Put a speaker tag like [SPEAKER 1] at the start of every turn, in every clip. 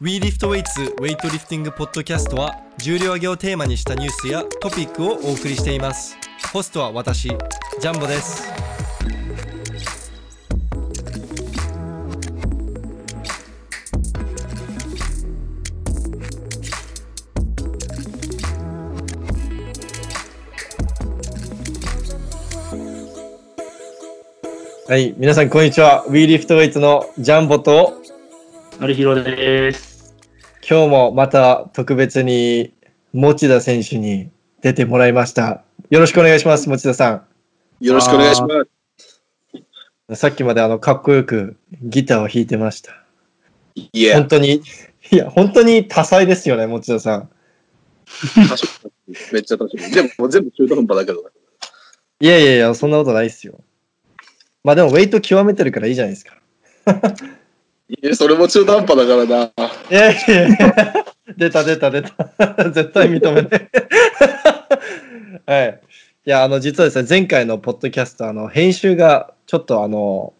[SPEAKER 1] WeLiftWeights ウェイトリフティングポッドキャストは重量挙げをテーマにしたニュースやトピックをお送りしていますホストは私ジャンボですはい皆さんこんにちは WeLiftWeights のジャンボと
[SPEAKER 2] のりひろです。
[SPEAKER 1] 今日もまた特別に持田選手に出てもらいました。よろしくお願いします、持田さ
[SPEAKER 3] よろしくお願いします。
[SPEAKER 1] ん。さっきまであのかっこよくギターを弾いてました。
[SPEAKER 3] いや
[SPEAKER 1] 本、当に、いや、本当に多彩ですよね、持田さん。
[SPEAKER 3] 確かにめっちゃ確かに。でも、もう全部中途半端だけどね。
[SPEAKER 1] いやいやいや、そんなことないっすよ。まあでも、ウェイト極めてるからいいじゃないですか。
[SPEAKER 3] いや、それも中途半端だからな。
[SPEAKER 1] いやいやいや出た出た 出た。絶対認めて。 はい。いや、あの、実はですね、前回のポッドキャスト、あの、編集がちょっとあの、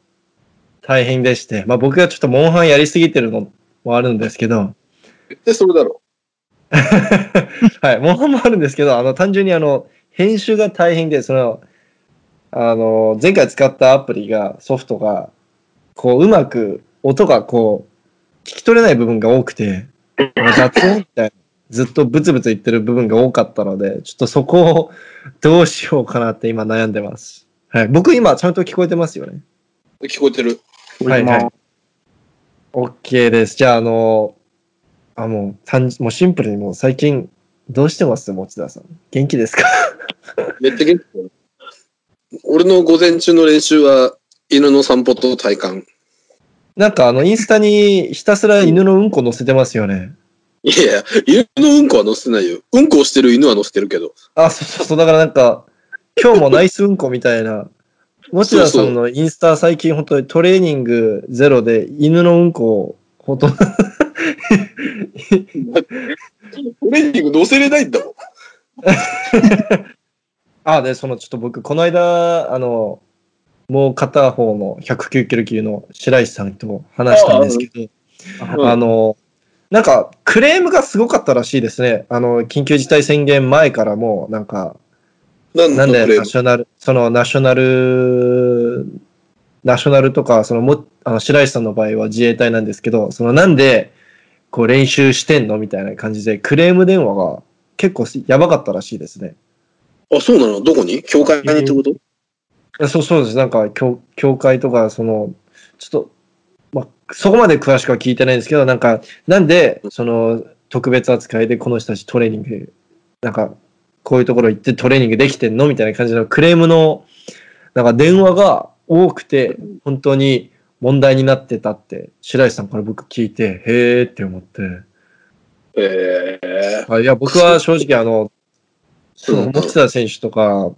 [SPEAKER 1] 大変でして、まあ僕がちょっとモンハンやりすぎてるのもあるんですけど、
[SPEAKER 3] 絶対それだろ
[SPEAKER 1] はい、モンハンもあるんですけど、あの、単純にあの、編集が大変で、その、あの、前回使ったアプリが、ソフトが、こう、うまく音がこう、聞き取れない部分が多くて、雑音みたいな、ずっとブツブツ言ってる部分が多かったので、ちょっとそこをどうしようかなって今悩んでます。はい、僕今ちゃんと聞こえてますよね。
[SPEAKER 3] う。聞こえてる。
[SPEAKER 1] はいはい。OK です。じゃあ、あの、あ、もう、単もうシンプルにもう最近、どうしてます持田さん。元気ですか
[SPEAKER 3] めっちゃ元気だよ俺の午前中の練習は、犬の散歩と体感。
[SPEAKER 1] なんかあの、インスタにひたすら犬のうんこ載せてますよね。
[SPEAKER 3] いやいや、犬のうんこは乗せてないよ。うんこをしてる犬は乗せてるけど。
[SPEAKER 1] あ、そうそうそう、だからなんか、今日もナイスうんこみたいな。持田さんのインスタ最近本当にトレーニングゼロで犬のうんこをほとんど、
[SPEAKER 3] トレーニング乗せれないんだもん。
[SPEAKER 1] あ、で、そのちょっと僕、この間、あの、もう片方の109キロ級の白石さんと話したんですけど、
[SPEAKER 3] うん
[SPEAKER 1] あの、なんか、クレームがすごかったらしいですね。あの、緊急事態宣言前からもう、なんか、
[SPEAKER 3] なん
[SPEAKER 1] なん
[SPEAKER 3] だ
[SPEAKER 1] で
[SPEAKER 3] これ
[SPEAKER 1] ナ。ショナル、そのナショナル、ナショナルとか、そのも、あの、白石さんの場合は自衛隊なんですけど、そのなんで、こう練習してんのみたいな感じで、クレーム電話が結構やばかったらしいですね。
[SPEAKER 3] あ、そうなのどこに教会にってこと
[SPEAKER 1] いやそうそうです。なんか、教教会とか、その、ちょっと、まあ、そこまで詳しくは聞いてないんですけど、なんか、なんで、その、特別扱いでこの人たちトレーニング、なんか、こういうところ行ってトレーニングできてんのみたいな感じのクレームの、なんか電話が多くて、本当に問題になってたって、白石さんから僕聞いて、へーって思って。
[SPEAKER 3] ええ
[SPEAKER 1] あいや、僕は正直、あの、その、持田選手とか、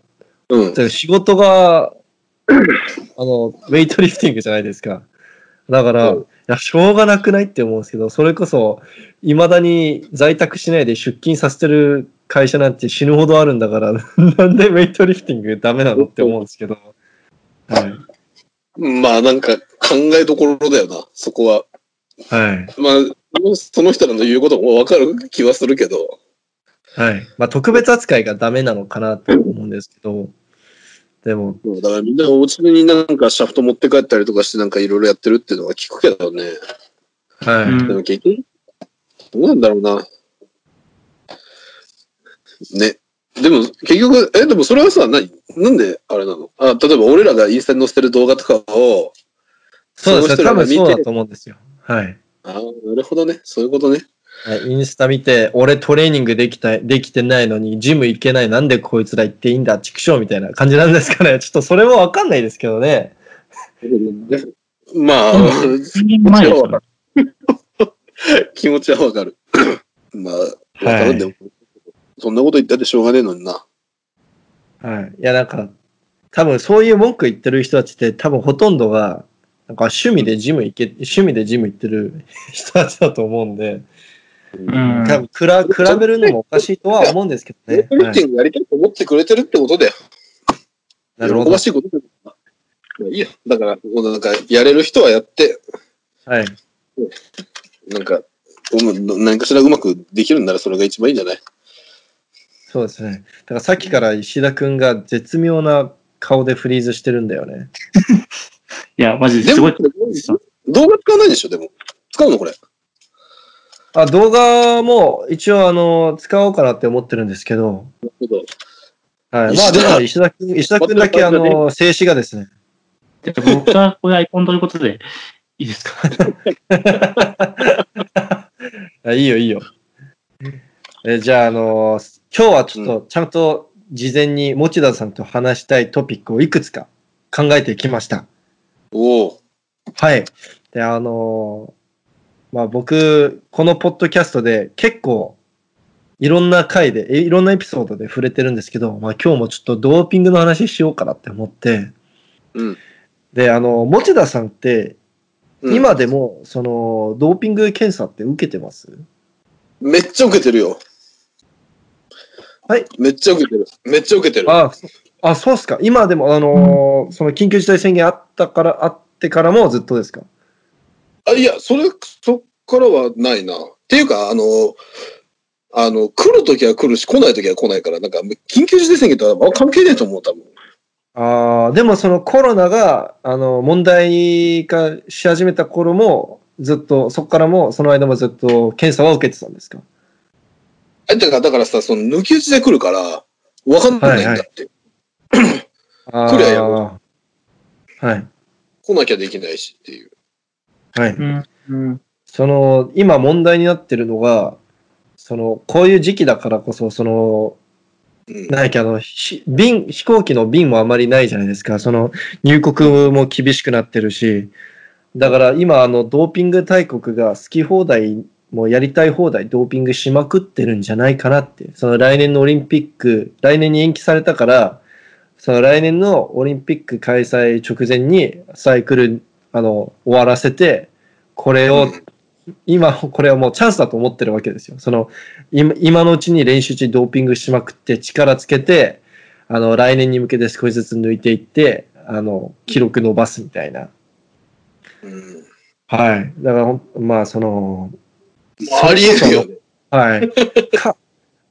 [SPEAKER 3] うん。
[SPEAKER 1] で仕事 が、あの、ウェイトリフティングじゃないですか。だから、い
[SPEAKER 3] う
[SPEAKER 1] や、しょうがなくないって思うんですけど、それこそ、未だに在宅しないで出勤させてる会社なんて死ぬほどあるんだから、 なんでウェイトリフティングダメなのって思うんですけど。はい。
[SPEAKER 3] まあ、なんか考えどころだよな、そこは。
[SPEAKER 1] はい。
[SPEAKER 3] まあ、その人らの言うこともわかる気はするけど。
[SPEAKER 1] はい。まあ、特別扱いがダメなのかなと思うんですけど、でも、
[SPEAKER 3] そうだからみんなお家になんかシャフト持って帰ったりとかしてなんかいろいろやってるっていうのは聞くけどね。
[SPEAKER 1] はい。
[SPEAKER 2] うん
[SPEAKER 3] でも結局、どうなんだろうな。ね。でも結局、え、でもそれはさ、何なんであれなのあ、例えば俺らがインスタに載せてる動画とかを、
[SPEAKER 1] そうですね。多
[SPEAKER 3] の
[SPEAKER 1] 分
[SPEAKER 3] 人
[SPEAKER 1] そう
[SPEAKER 3] らが
[SPEAKER 1] だ
[SPEAKER 3] 見て、
[SPEAKER 1] と思うんですよ。はい。
[SPEAKER 3] あなるほどね。そういうことね。
[SPEAKER 1] はいインスタ見て、俺トレーニングできたい、できてないのに、ジム行けない、なんでこいつら行っていいんだ、畜生みたいな感じなんですかね。 ちょっとそれもわかんないですけどね。
[SPEAKER 3] まあ、
[SPEAKER 2] 一人前ですから
[SPEAKER 3] 気持ちはわかる。まあ、わかるんでも、そんなこと言ったってしょうがねえのにな。
[SPEAKER 1] はい。いや、なんか、多分そういう文句言ってる人たちって、多分ほとんどが、なんか趣味でジム行け、趣味でジム行ってる 人たちだと思うんで、
[SPEAKER 2] うん
[SPEAKER 1] 多分くら、比べるのもおかしいとは思うんですけど
[SPEAKER 3] ウェイ
[SPEAKER 1] ね。
[SPEAKER 3] トリフ
[SPEAKER 1] は
[SPEAKER 3] テ
[SPEAKER 1] い
[SPEAKER 3] ィングやりたいと思ってくれてるってことだよ。
[SPEAKER 1] なるほ
[SPEAKER 3] 喜
[SPEAKER 1] ど
[SPEAKER 3] ば。しいことだよまあいいや、だから、もうなんか、やれる人はやって、
[SPEAKER 1] はい。
[SPEAKER 3] なんか、うま何かしらうまくできるんならそれが一番いいんじゃない
[SPEAKER 1] そうですね。だからさっきから石田くんが絶妙な顔でフリーズしてるんだよね。
[SPEAKER 2] いや、マジです
[SPEAKER 3] で
[SPEAKER 2] ご
[SPEAKER 3] も
[SPEAKER 2] い。、
[SPEAKER 3] 動画使わないでしょ、でも。使うのこれ。
[SPEAKER 1] あ、動画も一応あの、使おうかなって思ってるんですけど、はい。まあ
[SPEAKER 3] 石
[SPEAKER 1] で
[SPEAKER 3] 田
[SPEAKER 1] も石田くん、石田くんだけあ
[SPEAKER 3] 待って
[SPEAKER 1] の、静止画です ね。
[SPEAKER 2] じゃあ僕はこれアイコンということで、いいで すか
[SPEAKER 1] あいいよ、いいよ。えじゃあ、あの今日はちょっと、ちゃんと事前に持田さんと話したいトピックをいくつか考えてきました。
[SPEAKER 3] おお。
[SPEAKER 1] はい。で、あのまあ僕、このポッドキャストで結構、いろんな回で、えいろんなエピソードで触れてるんですけど、まあ今日もちょっとドーピングの話しようかなって思って、
[SPEAKER 3] うん。
[SPEAKER 1] で、あの、持田さんって、
[SPEAKER 3] うん
[SPEAKER 1] 今でも、その、ドーピング検査って受けてます
[SPEAKER 3] めっちゃ受けてるよ。
[SPEAKER 1] はい。
[SPEAKER 3] めっちゃ受けてる。めっちゃ受けてる。
[SPEAKER 1] あ、そあそうっすか。今でも、あのーその緊急事態宣言あったから、あってからもずっとですか。
[SPEAKER 3] あいや、それ、そっからはないな。っていうか、あの、あの、来るときは来るし、来ないときは来ないから、なんか、緊急事態宣言とはあんま関係ないと思う、多分。
[SPEAKER 1] ああ、でもそのコロナが、あの、問題化し始めた頃も、ずっと、そこからも、その間もずっと検査は受けてたんですか。
[SPEAKER 3] え、だから、だからさ、その、抜き打ちで来るから、わかんないんだって。
[SPEAKER 1] あー
[SPEAKER 3] そりゃや
[SPEAKER 1] はい。
[SPEAKER 3] 来なきゃできないしっていう。
[SPEAKER 1] はい。
[SPEAKER 2] うん。うん。
[SPEAKER 1] その、今問題になってるのが、その、こういう時期だからこそ、その、
[SPEAKER 3] うん。
[SPEAKER 1] なんだっけあの、ひ便、飛行機の便もあまりないじゃないですか。その、入国も厳しくなってるし。だから今、あの、ドーピング大国が好き放題、もうやりたい放題ドーピングしまくってるんじゃないかなって。その来年のオリンピック、来年に延期されたから、その来年のオリンピック開催直前にサイクル、あの、終わらせて、これを、今、これはもうチャンスだと思ってるわけですよ。その、今今のうちに練習中にドーピングしまくって力つけてあの来年に向けて少しずつ抜いていってあの記録伸ばすみたいな
[SPEAKER 3] うん。も
[SPEAKER 1] はいだからほんまあその
[SPEAKER 3] うありえるよ。
[SPEAKER 1] はいか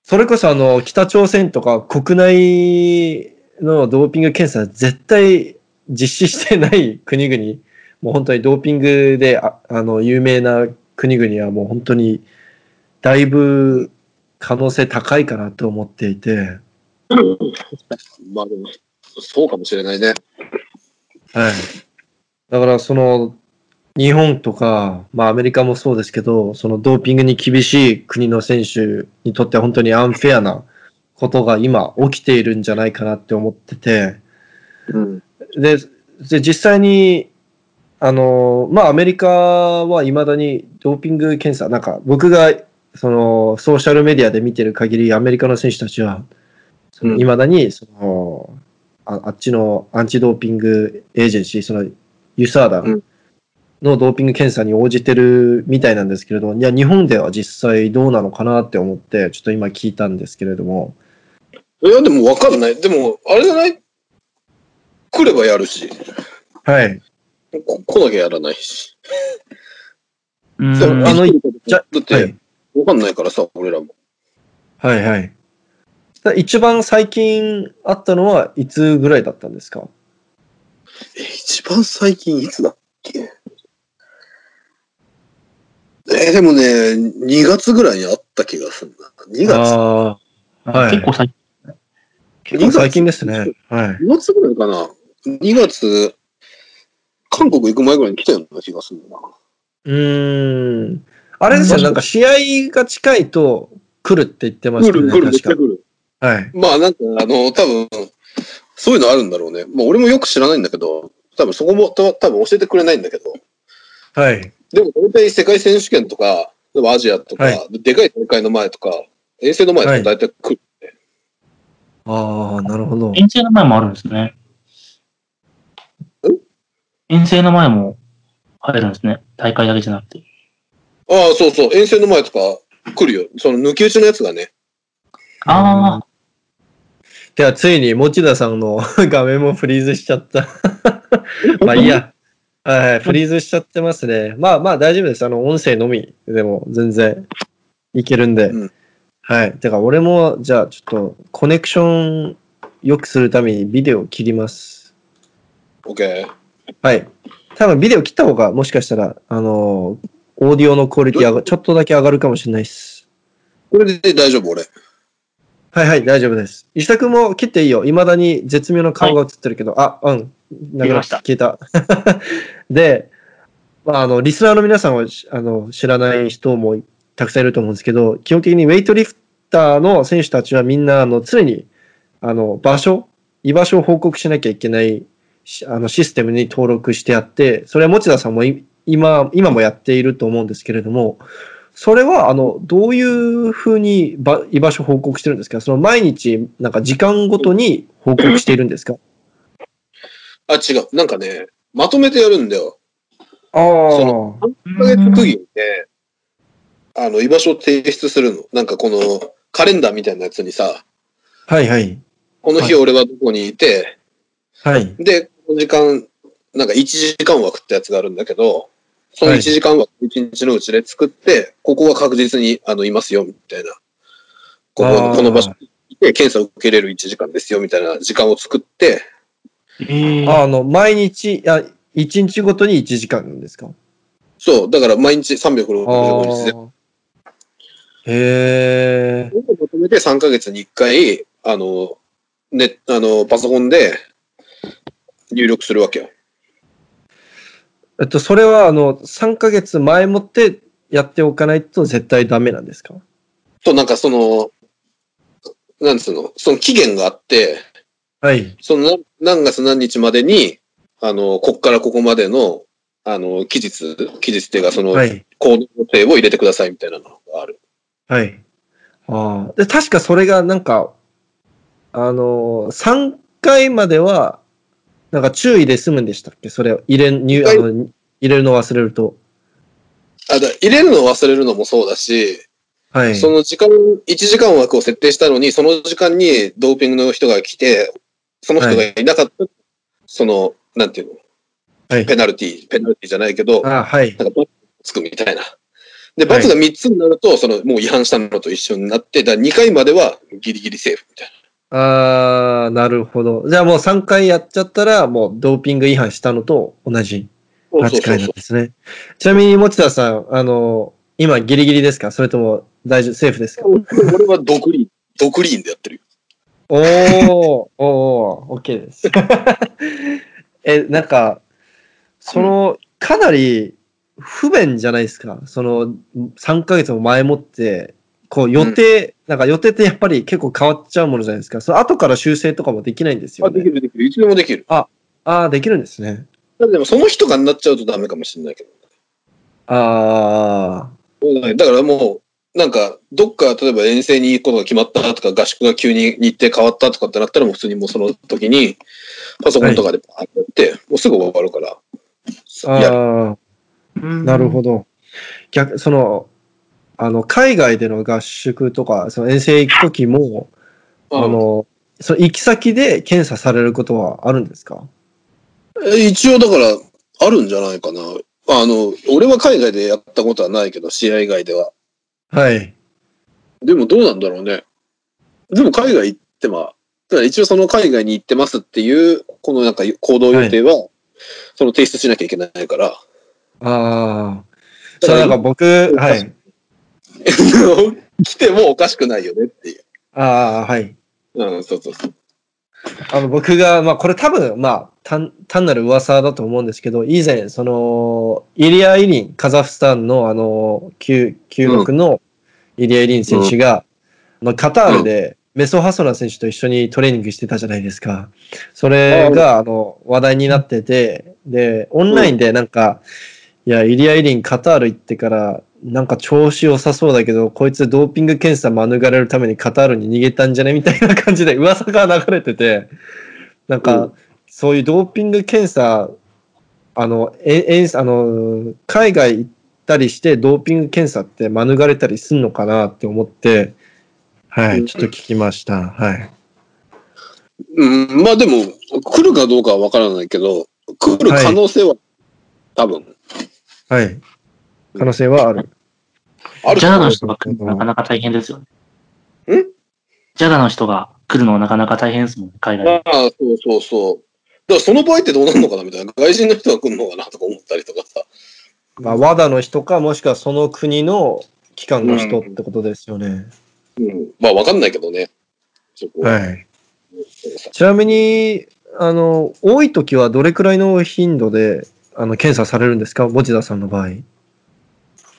[SPEAKER 1] それこそあの北朝鮮とか国内のドーピング検査絶対実施してない国々もう本当にドーピングでああの有名な国々はもう本当にだいぶ可能性高いかなと思っていて。
[SPEAKER 3] まあでも、そうかもしれないね。
[SPEAKER 1] はい。だからその、日本とか、まあアメリカもそうですけど、そのドーピングに厳しい国の選手にとっては本当にアンフェアなことが今起きているんじゃないかなって思ってて、
[SPEAKER 3] うん。
[SPEAKER 1] で、で実際に、あの、まあアメリカはいまだにドーピング検査、なんか僕がそのソーシャルメディアで見てる限りアメリカの選手たちは、
[SPEAKER 3] うん
[SPEAKER 1] いまだにそのあ、あっちのアンチドーピングエージェンシー、そのユサーダ
[SPEAKER 3] うん
[SPEAKER 1] のドーピング検査に応じてるみたいなんですけれども、いや、日本では実際どうなのかなって思って、ちょっと今聞いたんですけれども、
[SPEAKER 3] いや、でもわかんない。でも、あれじゃない来ればやるし、
[SPEAKER 1] はい。
[SPEAKER 3] こ来なきゃやらないし。
[SPEAKER 2] うん
[SPEAKER 3] でも
[SPEAKER 1] あの
[SPEAKER 3] いつ来るか
[SPEAKER 1] じゃ
[SPEAKER 3] だっ
[SPEAKER 1] はい
[SPEAKER 3] て、わかんないからさ、俺らも。
[SPEAKER 1] はいはい。だ一番最近あったのはいつぐらいだったんですか
[SPEAKER 3] え、一番最近いつだっけえーでもね、2月ぐらいにあった気がするな。2月。
[SPEAKER 1] ああ、はい。
[SPEAKER 2] 結構最近。
[SPEAKER 1] 結構最近ですね。はい。
[SPEAKER 3] 2月ぐらいかな。2月、韓国行く前ぐらいに来たような気がするな。
[SPEAKER 1] うーん。あれですよ、なんか試合が近いと来るって言ってましたよね、確か。
[SPEAKER 3] る。
[SPEAKER 1] はい。
[SPEAKER 3] まあなんか、あの、多分そういうのあるんだろうね。まあ俺もよく知らないんだけど、多分そこもた多分教えてくれないんだけど、
[SPEAKER 1] はい。
[SPEAKER 3] でも大体世界選手権とか、でもアジアとか、
[SPEAKER 1] は
[SPEAKER 3] でかい大会の前とか、遠征の前とか大体来る。
[SPEAKER 1] ああ、なるほど。
[SPEAKER 2] 遠征の前もあるんですね。遠征の前も入るんですね。大会だけじゃなくて。
[SPEAKER 3] ああ、そうそう、遠征の前とか来るよ。その抜き打ちのやつがね。
[SPEAKER 2] ああ、
[SPEAKER 1] で は、ついに持田さんの画面もフリーズしちゃった。まあいいや。はいはい、フリーズしちゃってますね。まあまあ大丈夫です。あの、音声のみでも全然いけるんで。
[SPEAKER 3] うん
[SPEAKER 1] はい。てか、俺も、じゃあちょっと、コネクション良くするためにビデオ切ります。
[SPEAKER 3] オッケー。
[SPEAKER 1] はい。多分ビデオ切った方が、もしかしたら、あのーオーディオのクオリティ上がちょっとだけ上がるかもしれないです。
[SPEAKER 3] これで大丈夫、俺。
[SPEAKER 1] はいはい、大丈夫です。石田君も切っていいよ。未だに絶妙な顔が映ってるけど、あ、うん。なくなっ消えた。 で、まあ、あの、リスナーの皆さんはしあの知らない人もたくさんいると思うんですけど、基本的にウェイトリフターの選手たちはみんな、あの、常に、あの、場所、居場所を報告しなきゃいけないしあのシステムに登録してあって、それは持田さんもい今、今もやっていると思うんですけれども、それは、あの、どういうふうにば居場所報告してるんですかその毎日、なんか時間ごとに報告しているんですか
[SPEAKER 3] あ、違う。なんかね、まとめてやるんだよ。
[SPEAKER 1] ああ。
[SPEAKER 3] 1ヶ月区切りで、あの、居場所を提出するの。なんかこの、カレンダーみたいなやつにさ、
[SPEAKER 1] はいはい。
[SPEAKER 3] この日俺はどこにいて、
[SPEAKER 1] はい。
[SPEAKER 3] で、この時間、なんか1時間枠ってやつがあるんだけど、その1時間枠1日のうちで作って、ここは確実にあのいますよ、みたいな。こ
[SPEAKER 1] あ
[SPEAKER 3] こ
[SPEAKER 1] ー
[SPEAKER 3] この場所で検査を受けれる1時間ですよ、みたいな時間を作って、
[SPEAKER 2] ええ
[SPEAKER 1] あの、毎日、あ一日ごとに1時間なんですか
[SPEAKER 3] そう、だから毎日
[SPEAKER 1] あ
[SPEAKER 3] 365日全
[SPEAKER 1] ーへえ。
[SPEAKER 3] 部をまとめて3ヶ月に1回、あの、ね、あの、パソコンで入力するわけよ。
[SPEAKER 1] えっと、それは、あの、3ヶ月前もってやっておかないと絶対ダメなんですか
[SPEAKER 3] と、なんかその、なんつうの、その期限があって、
[SPEAKER 1] はい。
[SPEAKER 3] その何何月何日までに、あの、こっからここまでの、あの、期日、期日っていうか、その、
[SPEAKER 1] はい。
[SPEAKER 3] 行動予定を入れてくださいみたいなのがある。
[SPEAKER 1] はい。ああ。で、確かそれが、なんか、あのー、3回までは、なんか注意で済むんでしたっけそれを入れん、入あの入れるの忘れると。
[SPEAKER 3] あ、だ入れるのを忘れるのもそうだし、
[SPEAKER 1] はい。
[SPEAKER 3] その時間、1時間枠を設定したのに、その時間にドーピングの人が来て、その人がいなかった、その、なんていうの、
[SPEAKER 1] はい
[SPEAKER 3] ペナルティ、ペナルティじゃないけど、
[SPEAKER 1] あはい。
[SPEAKER 3] なんか罰つくみたいな。で、罰が3つになると、その、もう違反したのと一緒になって、だ2回まではギリギリセーフみたいな。
[SPEAKER 1] あー、なるほど。じゃあもう3回やっちゃったら、もうドーピング違反したのと同じ
[SPEAKER 3] そうそうそうそう
[SPEAKER 1] 扱いなんですね。ちなみに、持田さん、あの、今ギリギリですかそれとも大丈夫、セーフですか
[SPEAKER 3] 俺は毒リーン、毒リーンでやってるよ。
[SPEAKER 1] おー、おー、オッケーです。 え、なんか、その、かなり不便じゃないですか。その、3ヶ月も前もって、こう予定、なんか予定ってやっぱり結構変わっちゃうものじゃないですか。その後から修正とかもできないんですよ、ね。
[SPEAKER 3] るできる。いつでもできる。
[SPEAKER 1] ああ、できるんですね。
[SPEAKER 3] ただでもその人がになっちゃうとダメかもしれないけど。
[SPEAKER 1] あ
[SPEAKER 3] だからもう、なんか、どっか、例えば遠征に行くことが決まったとか、合宿が急に日程変わったとかってなったら、もう普通にもうその時に、パソコンとかでバーってやって、もうすぐ終わるから。
[SPEAKER 1] あ、
[SPEAKER 3] やる
[SPEAKER 1] ああ、なるほ
[SPEAKER 2] ど。
[SPEAKER 1] ど。逆、その、あの、海外での合宿とか、その遠征行くときも、あ
[SPEAKER 3] うん
[SPEAKER 1] の、その行き先で検査されることはあるんですか
[SPEAKER 3] え一応だから、あるんじゃないかな。あの、俺は海外でやったことはないけど、試合以外では。
[SPEAKER 1] はい。
[SPEAKER 3] でもどうなんだろうね。でも海外行ってま、だから一応その海外に行ってますっていう、このなんか行動予定は、その提出しなきゃいけないから。
[SPEAKER 1] あ あ。
[SPEAKER 3] だ
[SPEAKER 1] そう、
[SPEAKER 3] から
[SPEAKER 1] なんか僕、はい。
[SPEAKER 3] 来てもおかしくないよねっていう。
[SPEAKER 1] ああ、はい。
[SPEAKER 3] うん、そうそうそう。
[SPEAKER 1] あの、僕が、まあ、これ多分、まあ、単、単なる噂だと思うんですけど、以前、その、イリア・イリン、カザフスタンの、あの、旧、旧国のイリア・イリン選手が、あの、カタールで、メソハソナ選手と一緒にトレーニングしてたじゃないですか。それが、あの、話題になってて、で、オンラインでなんか、いや、イリア・イリン、カタール行ってから、なんか調子良さそうだけど、こいつドーピング検査免れるためにカタールに逃げたんじゃねみたいな感じで噂が流れてて、なん
[SPEAKER 3] う
[SPEAKER 1] か、そういうドーピング検査、あの、え、えんあの、海外行ったりしてドーピング検査って免れたりすんのかなって思って、は
[SPEAKER 3] う
[SPEAKER 1] い、
[SPEAKER 3] ん
[SPEAKER 1] ちょっと聞きました。はい。
[SPEAKER 3] うん、まあでも、来るかどうかはわからないけど、来る可能性は多分。
[SPEAKER 1] はい。可能性はある。
[SPEAKER 3] ある
[SPEAKER 2] ジャ
[SPEAKER 3] か
[SPEAKER 2] ダの
[SPEAKER 3] な
[SPEAKER 2] 人が来るのはなかなか大変ですよね。
[SPEAKER 3] ん
[SPEAKER 2] ジャダの人が来るのはなかなか大変ですもんね、海
[SPEAKER 3] ま
[SPEAKER 2] 外。
[SPEAKER 3] あ、そうそうそう。だからその場合ってどうなるのかなみたいな。外人の人が来るのかなとか思ったりとかさ。
[SPEAKER 1] まあ、和田の人か、もしくはその国の機関の人ってことですよね。
[SPEAKER 3] うん。まあ、わかんないけどね。そこは。
[SPEAKER 1] はい。ちなみに、あの、多い時はどれくらいの頻度で、あの、検査されるんですか持田さんの場合。
[SPEAKER 3] い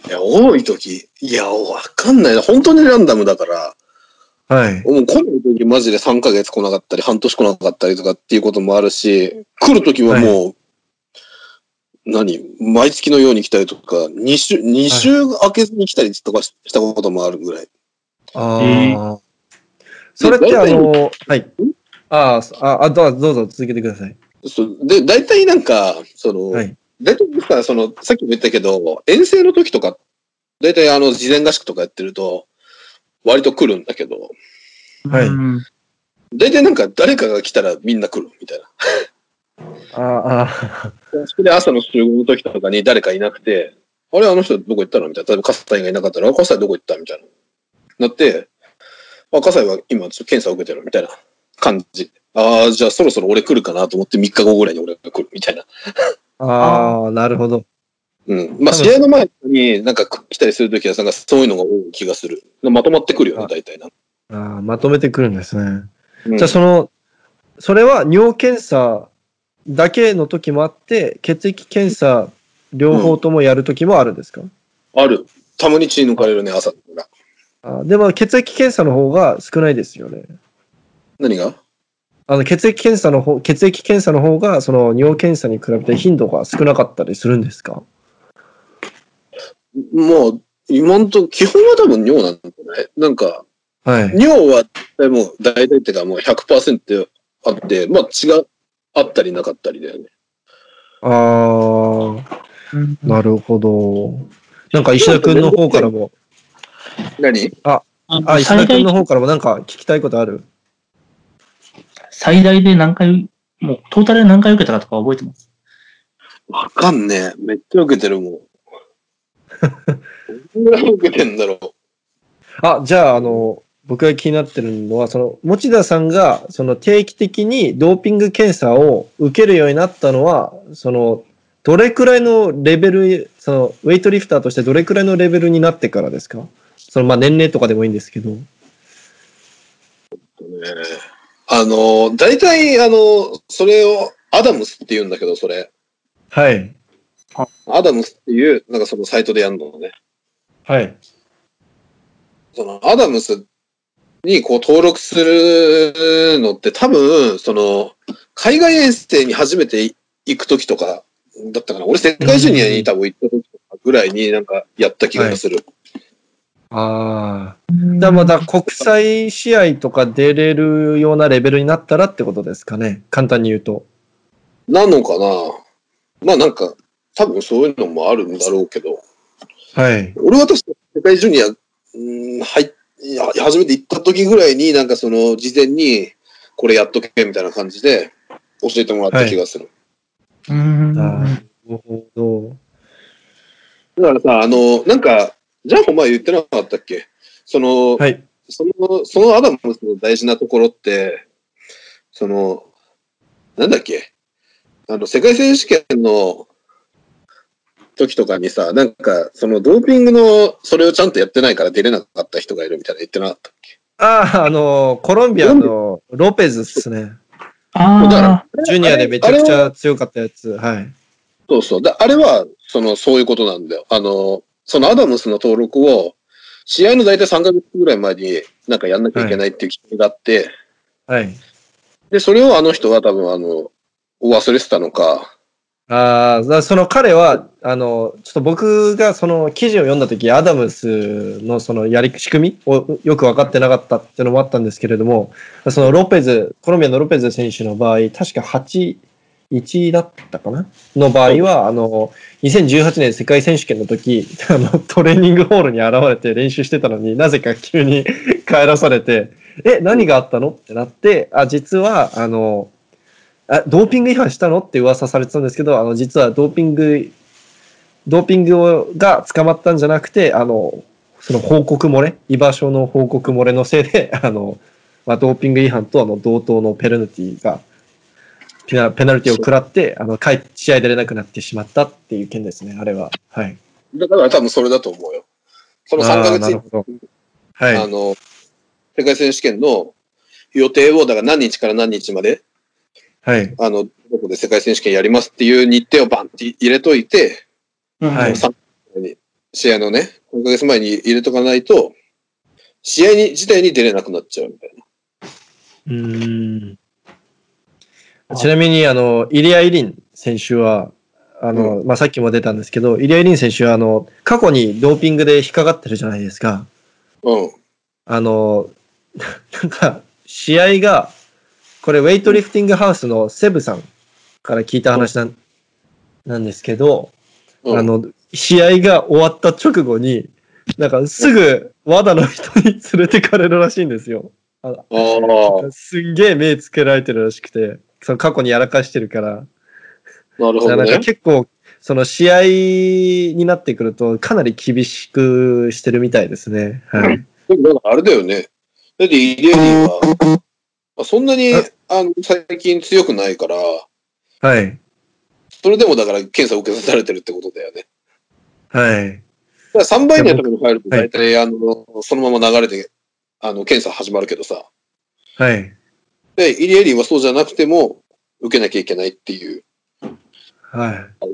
[SPEAKER 3] や、多い時。いや、わかんないな。本当にランダムだから。
[SPEAKER 1] はい。
[SPEAKER 3] もう来ない時マジで3ヶ月来なかったり、半年来なかったりとかっていうこともあるし、来る時はもう、何毎月のように来たりとか、2週、二週明けずに来たりとかしたこともあるぐらい。
[SPEAKER 1] ああ、
[SPEAKER 2] え
[SPEAKER 1] それってあ
[SPEAKER 3] 大体
[SPEAKER 1] の、はい。あーあ、あ、どうぞどうぞ続けてください。
[SPEAKER 3] そうで、大体なんか、その、
[SPEAKER 1] はい。
[SPEAKER 3] 大体僕はその、さっきも言ったけど、遠征の時とか、大体あの、事前合宿とかやってると、割と来るんだけど、
[SPEAKER 1] はい
[SPEAKER 2] うん
[SPEAKER 3] 大体なんか誰かが来たらみんな来るみたいな。
[SPEAKER 1] ああ、
[SPEAKER 3] それで朝の集合の時とかに誰かいなくて、あれあの人どこ行ったのみたいな。例えば、葛西がいなかったら、あ葛西どこ行ったみたいな。なって、あ、葛西は今ちょっと検査を受けてるみたいな感じ。ああ、じゃあそろそろ俺来るかなと思って3日後ぐらいに俺が来るみたいな。
[SPEAKER 1] あああ、なるほど。
[SPEAKER 3] うん。まあ、
[SPEAKER 1] 多分
[SPEAKER 3] 試合の前になんか来たりするときは、なんかそういうのが多い気がする。まとまってくるよね
[SPEAKER 1] あ、
[SPEAKER 3] 大体な。
[SPEAKER 1] あーまとめてくるんですね。
[SPEAKER 3] うん
[SPEAKER 1] じゃあ、その、それは尿検査だけの時もあって、血液検査両方ともやる時もあるんですか、
[SPEAKER 3] ある。たまに血抜かれるね、朝が。
[SPEAKER 1] あーでも血液検査の方が少ないですよね。
[SPEAKER 3] 何が
[SPEAKER 1] あの血液検査の方、血液検査の方が、その尿検査に比べて頻度が少なかったりするんですか
[SPEAKER 3] もう、今んとこ、基本は多分尿なんだね。なんか、
[SPEAKER 1] はい。
[SPEAKER 3] 尿はもう大体っていうかもう100%あって、まあ血があったりなかったりだよね。
[SPEAKER 1] ああ、なるほど。なんか石田君の方からも、
[SPEAKER 3] 何
[SPEAKER 1] あ、石田
[SPEAKER 2] 最
[SPEAKER 1] 君の
[SPEAKER 2] 大、
[SPEAKER 1] 方からもなんか聞きたいことある
[SPEAKER 2] 最大で何回、もうトータルで何回受けたかとか覚えてます。
[SPEAKER 3] わかんねえ。めっちゃ受けてるもん。どんぐらい受けてんだろう。
[SPEAKER 1] あ、じゃあ、あの、僕が気になってるのは、その、持田さんが、その、定期的にドーピング検査を受けるようになったのは、その、どれくらいのレベル、その、ウェイトリフターとしてどれくらいのレベルになってからですかその、まあ、年齢とかでもいいんですけど。
[SPEAKER 3] あの、大体、あの、それをアダムスって言うんだけど、それ。
[SPEAKER 1] はい。
[SPEAKER 3] アダムスっていう、なんかそのサイトでやるのね。
[SPEAKER 1] はい。
[SPEAKER 3] そのアダムスにこう登録するのって多分、その、海外遠征に初めて行くときとかだったかな。俺、世界ジュニアに多分行ったときとかぐらいになんかやった気がする。
[SPEAKER 1] ああ。じゃあ、また国際試合とか出れるようなレベルになったらってことですかね。簡単に言うと。
[SPEAKER 3] なのかなまあなんか、多分そういうのもあるんだろうけど、
[SPEAKER 1] はい。
[SPEAKER 3] 俺は確か世界ジュニア、うん、はい、いや初めて行ったときぐらいになんかその事前にこれやっとけみたいな感じで教えてもらった気がする。
[SPEAKER 2] うん
[SPEAKER 1] ああ。なるほど。
[SPEAKER 3] だからさ、あの、なんか、ジャンホ前言ってなかったっけその、
[SPEAKER 1] はい。
[SPEAKER 3] その、そのアダムスの大事なところって、その、なんだっけあの、世界選手権の時とかにさ、なんか、そのドーピングの、それをちゃんとやってないから出れなかった人がいるみたいな言ってなかったっけ
[SPEAKER 1] ああ、あの、コロンビアのロペズっすね。
[SPEAKER 3] だ
[SPEAKER 2] あ
[SPEAKER 3] か
[SPEAKER 2] あ。
[SPEAKER 1] ジュニアでめちゃくち
[SPEAKER 3] あれは
[SPEAKER 1] ゃ強かったやつ。はい。
[SPEAKER 3] そうそう。だあれは、その、そういうことなんだよ。あの、そのアダムスの登録を、試合の大体3ヶ月ぐらい前になんかやんなきゃいけないっていう気があって、
[SPEAKER 1] はい。
[SPEAKER 3] で、それをあの人は多分あの、忘れてたのか。
[SPEAKER 1] ああ、だその彼は、あの、ちょっと僕がその記事を読んだ時、アダムスのそのやり、仕組みをよく分かってなかったっていうのもあったんですけれども、そのロペズ、コロンビアのロペズ選手の場合、確か8、1だったかなの場合は、あの、2018年世界選手権の時、 あの、トレーニングホールに現れて練習してたのになぜか急に 帰らされて、え、何があったのってなって、あ、実は、あの、あドーピング違反したのって噂されてたんですけど、あの、実はドーピングドーピングをが捕まったんじゃなくて、あの、その報告漏れ、居場所の報告漏れのせいで、 あの、まあ、ドーピング違反とあの同等のペナルティが、ペナペナルティを食らって、あの、帰試合出れなくなってしまったっていう件ですね、あれは。はい。
[SPEAKER 3] だから多分それだと思うよ。その
[SPEAKER 1] あ
[SPEAKER 3] 3
[SPEAKER 1] ー
[SPEAKER 3] ヶ
[SPEAKER 1] な
[SPEAKER 3] 月
[SPEAKER 1] る
[SPEAKER 3] に
[SPEAKER 1] ほど。はい。
[SPEAKER 3] あの、世界選手権の予定を、だから何日から何日まで、
[SPEAKER 1] はい。
[SPEAKER 3] あの、どこで世界選手権やりますっていう日程をバンって入れといて、
[SPEAKER 2] うん
[SPEAKER 1] はい
[SPEAKER 3] 3ヶ月前に試合のね、3ヶ月前に入れとかないと、試合に自体に出れなくなっちゃうみたいな。
[SPEAKER 1] うーんちなみに、あの、イリア・イリン選手は、あの、まあ、さっきも出たんですけど、イリア・イリン選手は、あの、過去にドーピングで引っかかってるじゃないですか。
[SPEAKER 3] うん。
[SPEAKER 1] あの、 なんか、試合が、これ、ウェイトリフティングハウスのセブさんから聞いた話なんなんですけど、
[SPEAKER 3] うん、
[SPEAKER 1] あの、試合が終わった直後に、なんか、すぐ、WADA の人に連れてかれるらしいんですよ。あの
[SPEAKER 3] あー
[SPEAKER 1] すんげえ目つけられてるらしくて、その過去にやらかしてるから、
[SPEAKER 3] なるほど
[SPEAKER 1] なんか
[SPEAKER 3] ね。
[SPEAKER 1] 結構、その試合になってくると、かなり厳しくしてるみたいですね。はい。
[SPEAKER 3] でもなんかあれだよね。だってイレリーは、まあそんなにあの最近強くないから、
[SPEAKER 1] はい。
[SPEAKER 3] それでもだから検査を受けさせられてるってことだよね。
[SPEAKER 1] はい。
[SPEAKER 3] だから3倍台とかに入ると大体、あの、そのまま流れて、あの、検査始まるけどさ。
[SPEAKER 1] はい。
[SPEAKER 3] で、イリエリーはそうじゃなくても、受けなきゃいけないっていう、
[SPEAKER 1] はい。
[SPEAKER 3] あれだ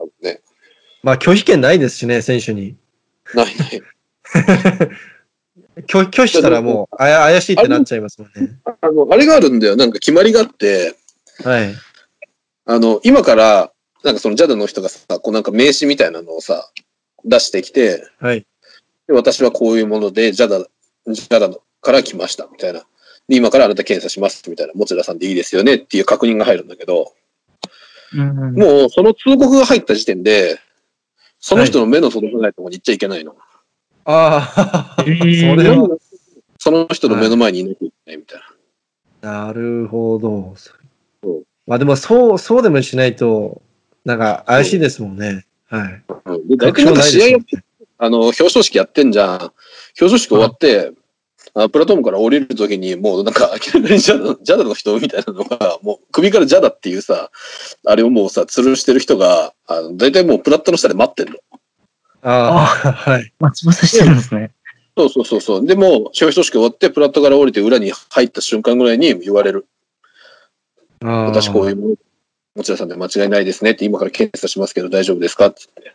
[SPEAKER 3] よね。
[SPEAKER 1] まあ、拒否権ないですしね、選手に。
[SPEAKER 3] ないない。
[SPEAKER 1] 拒拒否したらもう、あや怪しいってなっちゃいますもんね。
[SPEAKER 3] あの、あれがあるんだよ。なんか決まりがあって、
[SPEAKER 1] はい。
[SPEAKER 3] あの、今から、なんかその JAD の人がさ、こうなんか名刺みたいなのをさ、出してきて、
[SPEAKER 1] はい。
[SPEAKER 3] で私はこういうもので、ジャダ、ジャダから来ました、みたいな。で、今からあなた検査します、みたいな。持田さんでいいですよね、っていう確認が入るんだけど、
[SPEAKER 2] うん
[SPEAKER 3] もうその通告が入った時点で、その人の目の届かないところに行っちゃいけないの。
[SPEAKER 1] ああ、そ
[SPEAKER 2] えー
[SPEAKER 1] れは。
[SPEAKER 3] その人の目の前にいなきゃいけないみたいな。
[SPEAKER 1] なるほど
[SPEAKER 3] そう。
[SPEAKER 1] まあでも、そう、そうでもしないと、なんか怪しいですもんね。はい。
[SPEAKER 3] うんで、大体なんか試合やってあの、表彰式やってんじゃん。表彰式終わって、あプラトームから降りるときに、もうなんか明らかにジャダジャダの人みたいなのが、もう首からジャダっていうさ、あれをもうさ、吊るしてる人が、あの大体もうプラットの下で待ってんの。
[SPEAKER 1] ああ、はい。
[SPEAKER 2] 待ち伏せしてるんですね。
[SPEAKER 3] そうそうそうそう。でも、表彰式終わって、プラットから降りて裏に入った瞬間ぐらいに言われる。私
[SPEAKER 1] 私
[SPEAKER 3] こういうもの、持田さんで間違いないですねって、今から検査しますけど大丈夫ですかって言って。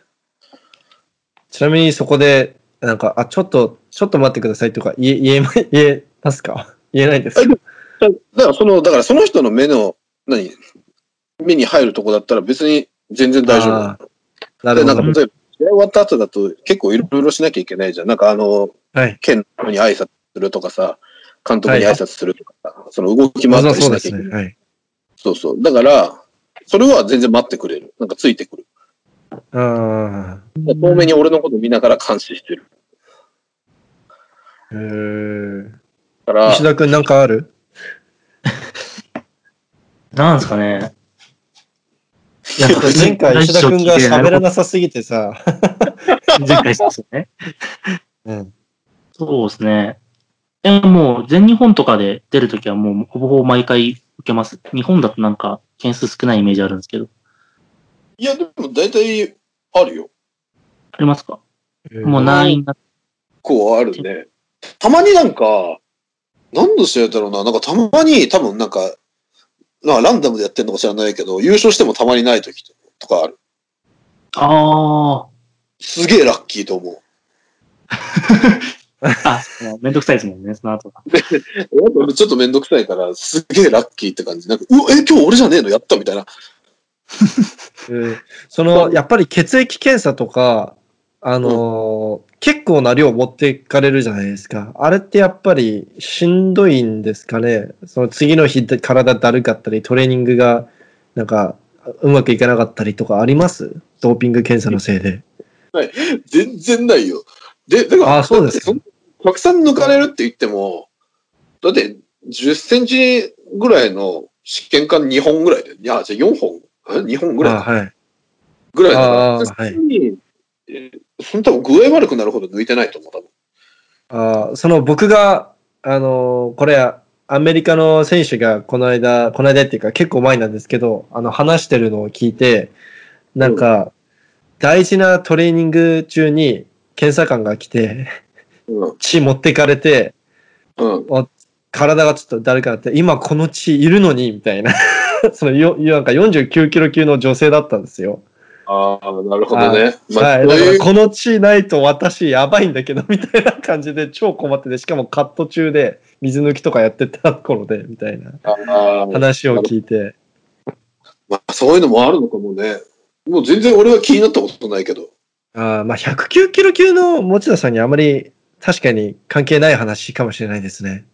[SPEAKER 1] ちなみにそこで、なんか、あ、ちょっと、ちょっと待ってくださいとか言え、言えま、言えますか 言えないですか
[SPEAKER 3] だだからその、だからその人の目の、何目に入るとこだったら別に全然大丈
[SPEAKER 1] あ
[SPEAKER 3] 夫。
[SPEAKER 1] な
[SPEAKER 3] で、
[SPEAKER 1] る
[SPEAKER 3] な
[SPEAKER 1] ほ
[SPEAKER 3] ん
[SPEAKER 1] ど。
[SPEAKER 3] か例えば、試合終わった後だと結構いろいろしなきゃいけないじゃん。なんかあの、
[SPEAKER 1] はい。
[SPEAKER 3] 県に挨拶するとかさ、監督に挨拶するとかさ、その動き回ったり
[SPEAKER 1] そ
[SPEAKER 3] し
[SPEAKER 1] うで
[SPEAKER 3] なきゃ
[SPEAKER 1] す
[SPEAKER 3] いけない。
[SPEAKER 1] ね。はい。
[SPEAKER 3] そうそう。だから、それは全然待ってくれる。なんかついてくる。
[SPEAKER 1] あ
[SPEAKER 3] だから遠目に俺のこと見ながら監視してる。
[SPEAKER 1] あ、へー
[SPEAKER 3] だから、
[SPEAKER 1] 石田くんなんかある
[SPEAKER 2] なんですかね。いや
[SPEAKER 1] 前回石田くんが喋ら
[SPEAKER 2] な
[SPEAKER 1] なさすぎてさ。
[SPEAKER 2] 前回そうですよね。
[SPEAKER 1] うん。
[SPEAKER 2] そうですね。でももう全日本とかで出るときはもうほぼほぼ毎回受けます。日本だとなんか件数少ないイメージあるんですけど。
[SPEAKER 3] いや、でも大体あるよ。
[SPEAKER 2] ありますかもうないんだ。
[SPEAKER 3] 結構あるね。たまになんか、何の試合だろうな、なんかたまに多分なんか、なんかランダムでやってるのか知らないけど、優勝してもたまにない時とかある。
[SPEAKER 2] あ
[SPEAKER 3] すげえラッキーと思う。
[SPEAKER 2] あ。あ、そのめんどくさいですもんね、その後が。
[SPEAKER 3] あとちょっとめんどくさいから、すげえラッキーって感じ。なんか、うわえ、今日俺じゃねえのやったみたいな。
[SPEAKER 1] うんその、やっぱり血液検査とか、あのー結構な量持っていかれるじゃないですか。あれってやっぱりしんどいんですかね。その次の日で体だるかったり、トレーニングがなんかうまくいかなかったりとかありますドーピング検査のせいで。
[SPEAKER 3] 全然ないよ。で、だから、
[SPEAKER 1] あそうです
[SPEAKER 3] だってそんたくさん抜かれるって言っても、だって10センチぐらいの試験管2本ぐらいで、いや、じゃあ4本、え2本ぐらい
[SPEAKER 1] あはい。
[SPEAKER 3] ぐらいだ
[SPEAKER 1] あ
[SPEAKER 3] か
[SPEAKER 1] あは
[SPEAKER 3] ら、
[SPEAKER 1] い
[SPEAKER 3] 普通にえーその多分具合悪くなるほど抜いてないと思う、多分。
[SPEAKER 1] あーその僕が、あのーこれ、アメリカの選手がこの間、この間っていうか結構前なんですけど、あの話してるのを聞いて、なんか、大事なトレーニング中に検査官が来て、
[SPEAKER 3] うん。
[SPEAKER 1] 血持ってかれて、
[SPEAKER 3] うん。
[SPEAKER 1] 体がちょっとだるくなって、今この血いるのに、みたいな。 そのよ、なんか49キロ級の女性だったんですよ。
[SPEAKER 3] ああ、なるほどね。ま
[SPEAKER 1] は
[SPEAKER 3] あ、
[SPEAKER 1] い。だ
[SPEAKER 3] そう
[SPEAKER 1] か
[SPEAKER 3] い
[SPEAKER 1] ら
[SPEAKER 3] う、
[SPEAKER 1] この地ないと私やばいんだけど、みたいな感じで超困ってて、しかもカット中で水抜きとかやってた頃で、みたいな
[SPEAKER 3] あー
[SPEAKER 1] 話を聞いて。
[SPEAKER 3] まあ、そういうのもあるのかもね。もう全然俺は気になったことないけど。
[SPEAKER 1] あーまあ、109キロ級の持田さんにあまり確かに関係ない話かもしれないですね。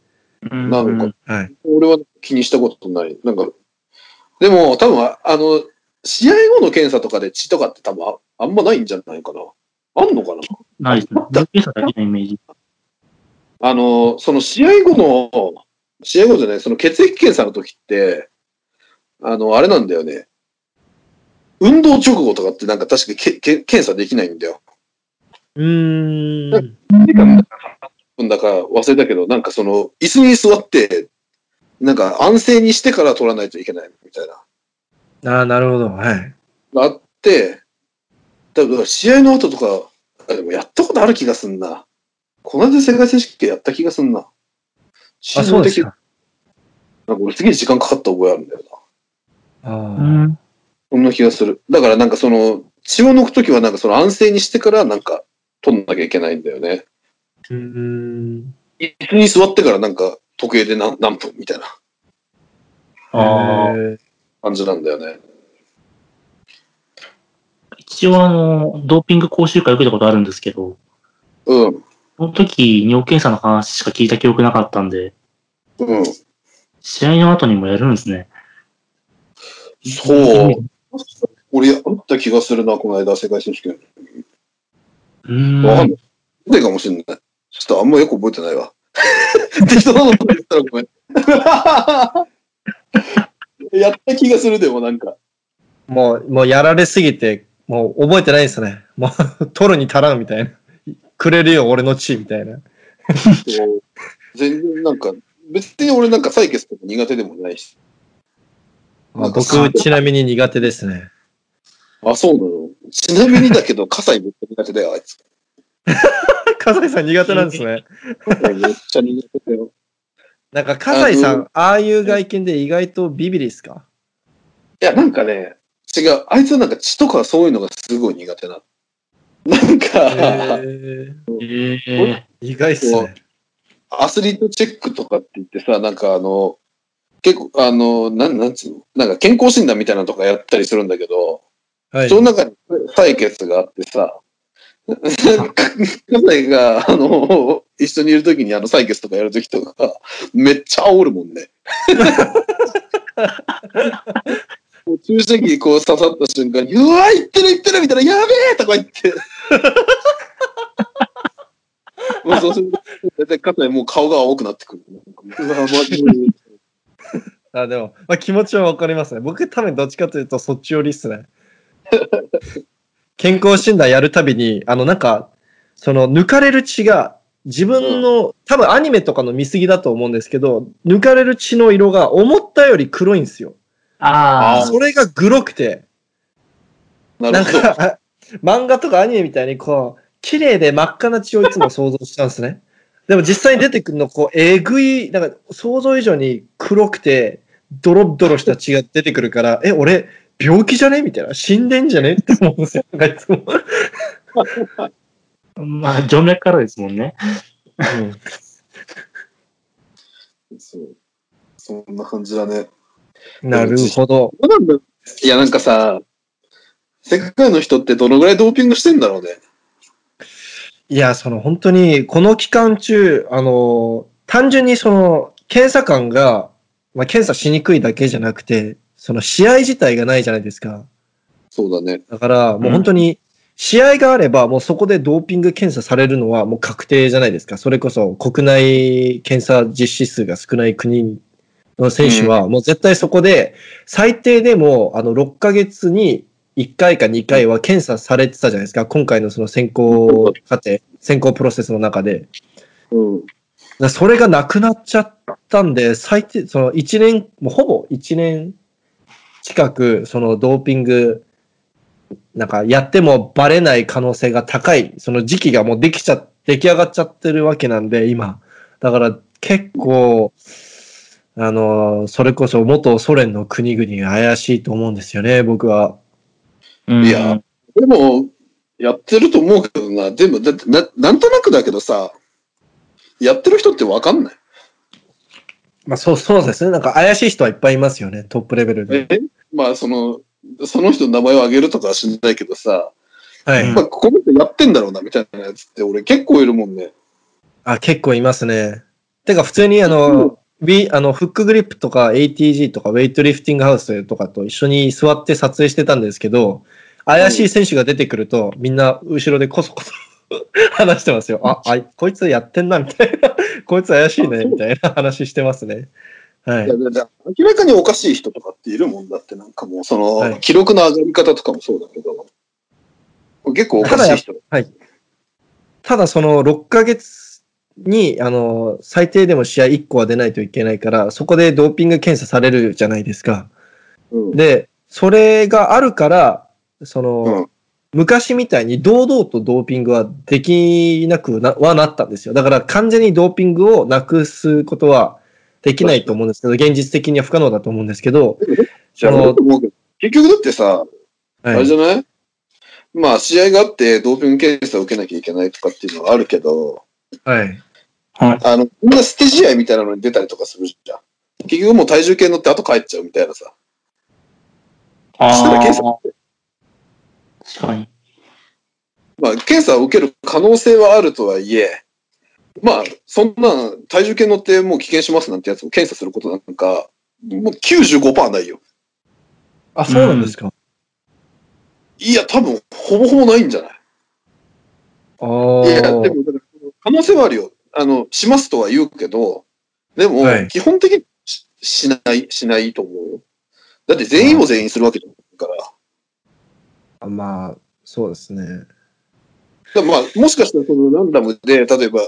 [SPEAKER 2] うん
[SPEAKER 3] なんか
[SPEAKER 2] うん
[SPEAKER 1] はい。
[SPEAKER 3] 俺は気にしたことない。なんか、でも多分あ、あの、試合後の検査とかで血とかって多分ああんまないんじゃないかな。あんのかな
[SPEAKER 2] ないですね。大きさだけのイメージ。
[SPEAKER 3] あの、その試合後の、試合後じゃない、その血液検査の時って、あの、あれなんだよね。運動直後とかってなんか確かけけ検査できないんだよ。
[SPEAKER 1] うーん。
[SPEAKER 3] 分だか忘れたけど、なんかその、椅子に座って、なんか安静にしてから取らないといけないみたいな。
[SPEAKER 1] ああ、なるほど。はい。
[SPEAKER 3] があって、だから試合の後とか、あでもやったことある気がすんな。この間世界選手権やった気がすんな。
[SPEAKER 1] あ、そうです
[SPEAKER 3] なん
[SPEAKER 1] か
[SPEAKER 3] か。俺すげえ時間かかった覚えあるんだよな。
[SPEAKER 1] あ
[SPEAKER 2] う
[SPEAKER 1] ー
[SPEAKER 2] ん。
[SPEAKER 3] そんな気がする。だからなんかその、血を抜くときはなんかその安静にしてからなんか取んなきゃいけないんだよね。
[SPEAKER 1] うーん。
[SPEAKER 3] 椅子に座ってからなんか時計で何何分みたいな
[SPEAKER 2] ああ
[SPEAKER 1] え。ー
[SPEAKER 3] 感じなんだよね。
[SPEAKER 2] 一応、あの、ドーピング講習会受けたことあるんですけど、
[SPEAKER 3] うん。
[SPEAKER 2] その時、尿検査の話しか聞いた記憶なかったんで、
[SPEAKER 3] うん。
[SPEAKER 2] 試合の後にもやるんですね。
[SPEAKER 3] そう。俺あった気がするな、この間世界選手権。
[SPEAKER 2] うーん。
[SPEAKER 3] わかんない。でかもしんない。ちょっとあんまよく覚えてないわ。 適当なこと言ったらごめん。 やった気がするでもなんか。
[SPEAKER 1] もう、もうやられすぎて、もう覚えてないですね。もう、 取るに足らんみたいな。くれるよ、俺の血、みたいな。
[SPEAKER 3] 全然なんか、別に俺なんか採血とか苦手でもないし。なんか
[SPEAKER 1] 僕、ちなみに苦手です ね。
[SPEAKER 3] あ、そうなの。ちなみにだけど、葛西めっちゃ苦手だよ、あいつ。
[SPEAKER 1] 笠井さん苦手なんですね。
[SPEAKER 3] 葛西めっちゃ苦手だよ。
[SPEAKER 1] なんか、笠井さ
[SPEAKER 3] あ
[SPEAKER 1] ん、ああいう外見で意外とビビりっす か
[SPEAKER 3] いや、なんかね、違う。あいつはなんか血とかそういうのがすごい苦手な。なん
[SPEAKER 1] へ
[SPEAKER 3] か、
[SPEAKER 1] ー
[SPEAKER 2] ええ
[SPEAKER 1] 意外っすね。
[SPEAKER 3] アスリートチェックとかって言ってさ、なんかあの、結構、あの、なん、なんつうのなんか健康診断みたいなのとかやったりするんだけど、
[SPEAKER 1] はい。
[SPEAKER 3] その中に採血があってさ、なんか、葛西が、あの、一緒にいるときにあの採血とかやるときとか、めっちゃ煽るもんね。もう注射器にこう刺さった瞬間に、うわ、いってるいってるみたいな、やべえとか言って。もうそうすると、大体葛西もう顔が青くなってくる。うわ、マ ジで。
[SPEAKER 1] あでも、まあ、気持ちはわかりますね。僕、多分どっちかというと、そっち寄りっす ね。健康診断やるたびに、あの、なんか、その、抜かれる血が、自分の、多分アニメとかの見過ぎだと思うんですけど、抜かれる血の色が思ったより黒いんですよ。
[SPEAKER 2] ああ。
[SPEAKER 1] それがグロくて、
[SPEAKER 3] な
[SPEAKER 1] なん
[SPEAKER 3] るほど。
[SPEAKER 1] か、漫画とかアニメみたいに、こう、綺麗で真っ赤な血をいつも想像しちゃうんですね。 でも実際に出てくるの、こう、えぐい、なんか、想像以上に黒くて、ドロッドロした血が出てくるから、 え、俺、病気じゃねみたいな。死んでんじゃねって思うんですよ。なんかいつも。
[SPEAKER 2] まあ、静脈からですもんね。
[SPEAKER 3] そうそんな感じだね。
[SPEAKER 1] なるほど。
[SPEAKER 3] そうなんだいや、なんかさ、世界の人ってどのぐらいドーピングしてんだろうね。
[SPEAKER 1] いや、その本当に、この期間中、あの、単純にその、検査官が、まあ、検査しにくいだけじゃなくて、その試合自体がないじゃないですか。
[SPEAKER 3] そうだね。
[SPEAKER 1] だから、もう本当に、試合があれば、もうそこでドーピング検査されるのはもう確定じゃないですか。それこそ国内検査実施数が少ない国の選手は、もう絶対そこで、最低でも、あの、6ヶ月に1回か2回は検査されてたじゃないですか。今回のその選考過程、選考プロセスの中で。
[SPEAKER 3] うん。
[SPEAKER 1] だそれがなくなっちゃったんで、最低、その1年、もうほぼ1年近く、そのドーピング、なんかやってもバレない可能性が高い、その時期がもうできちゃ、出来上がっちゃってるわけなんで、今。だから結構、あの、それこそ元ソ連の国々が怪しいと思うんですよね、僕は。
[SPEAKER 2] うん
[SPEAKER 3] いや、でも、やってると思うけどな。でも、だってな、なんとなくだけどさ、やってる人ってわかんない。
[SPEAKER 1] まあそう、そうですね。なんか怪しい人はいっぱいいますよね、トップレベルで。
[SPEAKER 3] えまあ、その、その人の名前を挙げるとかはしないけどさ、
[SPEAKER 1] は
[SPEAKER 2] う
[SPEAKER 1] い
[SPEAKER 2] ん。
[SPEAKER 3] まあ、この人やってんだろうな、みたいなやつって俺結構いるもんね。
[SPEAKER 1] あ、結構いますね。てか、普通にあの、ビあの、フックグリップとか ATG とかウェイトリフティングハウスとかと一緒に座って撮影してたんですけど、怪しい選手が出てくると、みんな後ろでこそこそ 話してますよ。あ、あい、こいつやってんな、みたいな。 こいつ怪しいね、みたいな話してますね。はい
[SPEAKER 3] いや。だだ明らかにおかしい人とかっているもんだって、なんかもう、その、
[SPEAKER 1] はい
[SPEAKER 3] 記録の上がり方とかもそうだけど、結構おかしい人。
[SPEAKER 1] ただその6ヶ月に、あの、最低でも試合1個は出ないといけないから、そこでドーピング検査されるじゃないですか。
[SPEAKER 3] うん
[SPEAKER 1] で、それがあるから、その、
[SPEAKER 3] うん
[SPEAKER 1] 昔みたいに堂々とドーピングはできなくなはなったんですよ。だから完全にドーピングをなくすことはできないと思うんですけど、現実的には不可能だと思うんですけど、
[SPEAKER 3] じゃあ俺だと思うけど結局だってさ、あ
[SPEAKER 1] は
[SPEAKER 3] れ
[SPEAKER 1] い、
[SPEAKER 3] じゃないまあ、試合があって、ドーピング検査を受けなきゃいけないとかっていうのはあるけど、
[SPEAKER 1] はい、
[SPEAKER 3] あの、みんな捨て試合みたいなのに出たりとかするじゃん。結局もう体重計乗って後帰っちゃうみたいなさ。そしたら
[SPEAKER 2] あ
[SPEAKER 3] 検査
[SPEAKER 2] あ、確かに。
[SPEAKER 3] まあ、検査を受ける可能性はあるとはいえ、まあ、そんな体重計乗ってもう危険しますなんてやつを検査することなんか、もう95%ないよ。
[SPEAKER 1] あ、そうなんですか。
[SPEAKER 3] いや、多分、ほぼほぼないんじゃない
[SPEAKER 1] ああ。
[SPEAKER 3] いや、でも、だから可能性はあるよ。あの、しますとは言うけど、でも、
[SPEAKER 1] はい
[SPEAKER 3] 基本的にししない、しないと思うよ。だって全員を全員するわけじゃないから。
[SPEAKER 1] まあ、そうですね。
[SPEAKER 3] だからまあ、もしかしたらそのランダムで、例えば、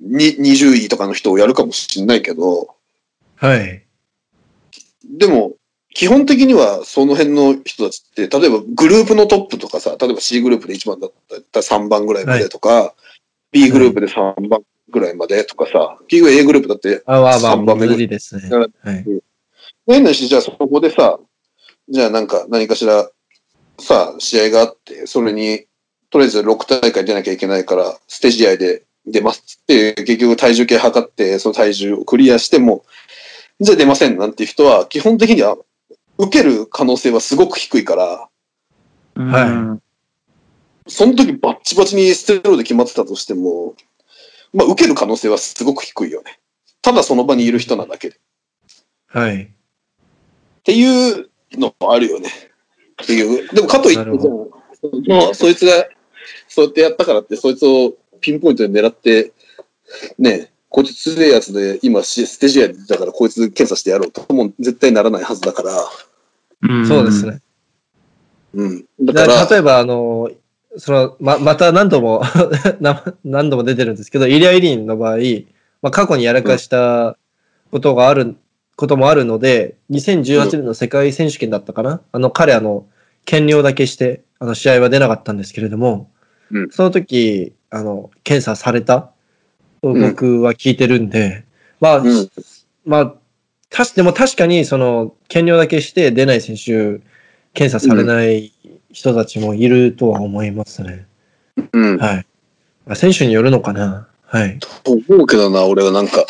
[SPEAKER 3] に20位とかの人をやるかもしれないけど、
[SPEAKER 1] はい。
[SPEAKER 3] でも、基本的にはその辺の人たちって、例えばグループのトップとかさ、例えば C グループで1番だったら3番ぐらいまでとか、B グループで3番ぐらいまでとかさ、結局 A グループだって
[SPEAKER 1] あ、まあまあ、
[SPEAKER 3] 三番目
[SPEAKER 1] 無理ですね。
[SPEAKER 3] う
[SPEAKER 1] はい。
[SPEAKER 3] 変なし、じゃあそこでさ、じゃあなんか何かしら、さ、試合があって、それに、とりあえず6大会出なきゃいけないから、ステージ合で出ますっつって、結局体重計測って、その体重をクリアしても、じゃあ出ませんなんていう人は、基本的には、受ける可能性はすごく低いから、
[SPEAKER 1] は
[SPEAKER 3] その時バッチバチにステロイド決まってたとしても、まあ受ける可能性はすごく低いよね。ただその場にいる人なだけで。
[SPEAKER 1] はい。
[SPEAKER 3] っていうのもあるよね。っていう。でもかといって
[SPEAKER 1] なる
[SPEAKER 3] じゃ
[SPEAKER 1] ほ
[SPEAKER 3] あ、もうそいつが、そうやってやったからって、そいつをピンポイントで狙って、ね、こいつ強いやつで、今、しステージアだからこいつ検査してやろうとも絶対ならないはずだから。
[SPEAKER 2] うん
[SPEAKER 1] そうですね。。
[SPEAKER 3] うん。だ
[SPEAKER 1] だ
[SPEAKER 3] か
[SPEAKER 1] から
[SPEAKER 3] ら、
[SPEAKER 1] 例えば、あの、その、ま、また何度も な、何度も出てるんですけど、イリア・イリンの場合、まあ、過去にやらかしたことがある、こともあるので、2018年の世界選手権だったかなあの、彼、あの、兼量だけして、あの、試合は出なかったんですけれども、
[SPEAKER 3] うん
[SPEAKER 1] その時、あの、検査されたと僕は聞いてるんで、まあ、
[SPEAKER 3] うん
[SPEAKER 1] まあ、たし、でも確かに、その、兼量だけして出ない選手、検査されない人たちもいるとは思いますね。
[SPEAKER 3] うん。
[SPEAKER 1] はい。まあ、選手によるのかなはい。
[SPEAKER 3] と思うけどな、俺はなんか。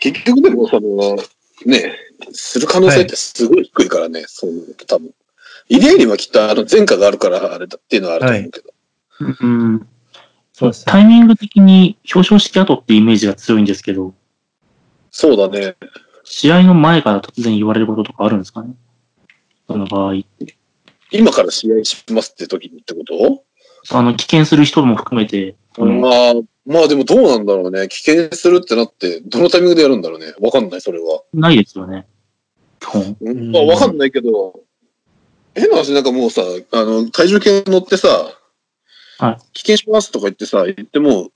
[SPEAKER 3] 結局でも、その、ね、する可能性ってすごい低いからね、そういうのって多分。イリエリンはきっとあの前科があるからあれだっていうのはあると思うけど。
[SPEAKER 2] うん。
[SPEAKER 1] そうですね。
[SPEAKER 2] タイミング的に表彰式後ってイメージが強いんですけど、
[SPEAKER 3] そうだね。
[SPEAKER 2] 試合の前から突然言われることとかあるんですかねその場合。
[SPEAKER 3] 今から試合しますって時にってこと、
[SPEAKER 2] あの、棄権する人も含めて、あの
[SPEAKER 3] まあ、まあでもどうなんだろうね。危険するってなって、どのタイミングでやるんだろうね。わかんない、それは。
[SPEAKER 2] ないですよね。基本。
[SPEAKER 3] うんまあわかんないけど、変な話、なんかもうさ、あの、体重計乗ってさ、
[SPEAKER 2] は
[SPEAKER 3] 危険しますとか言ってさ、言っても、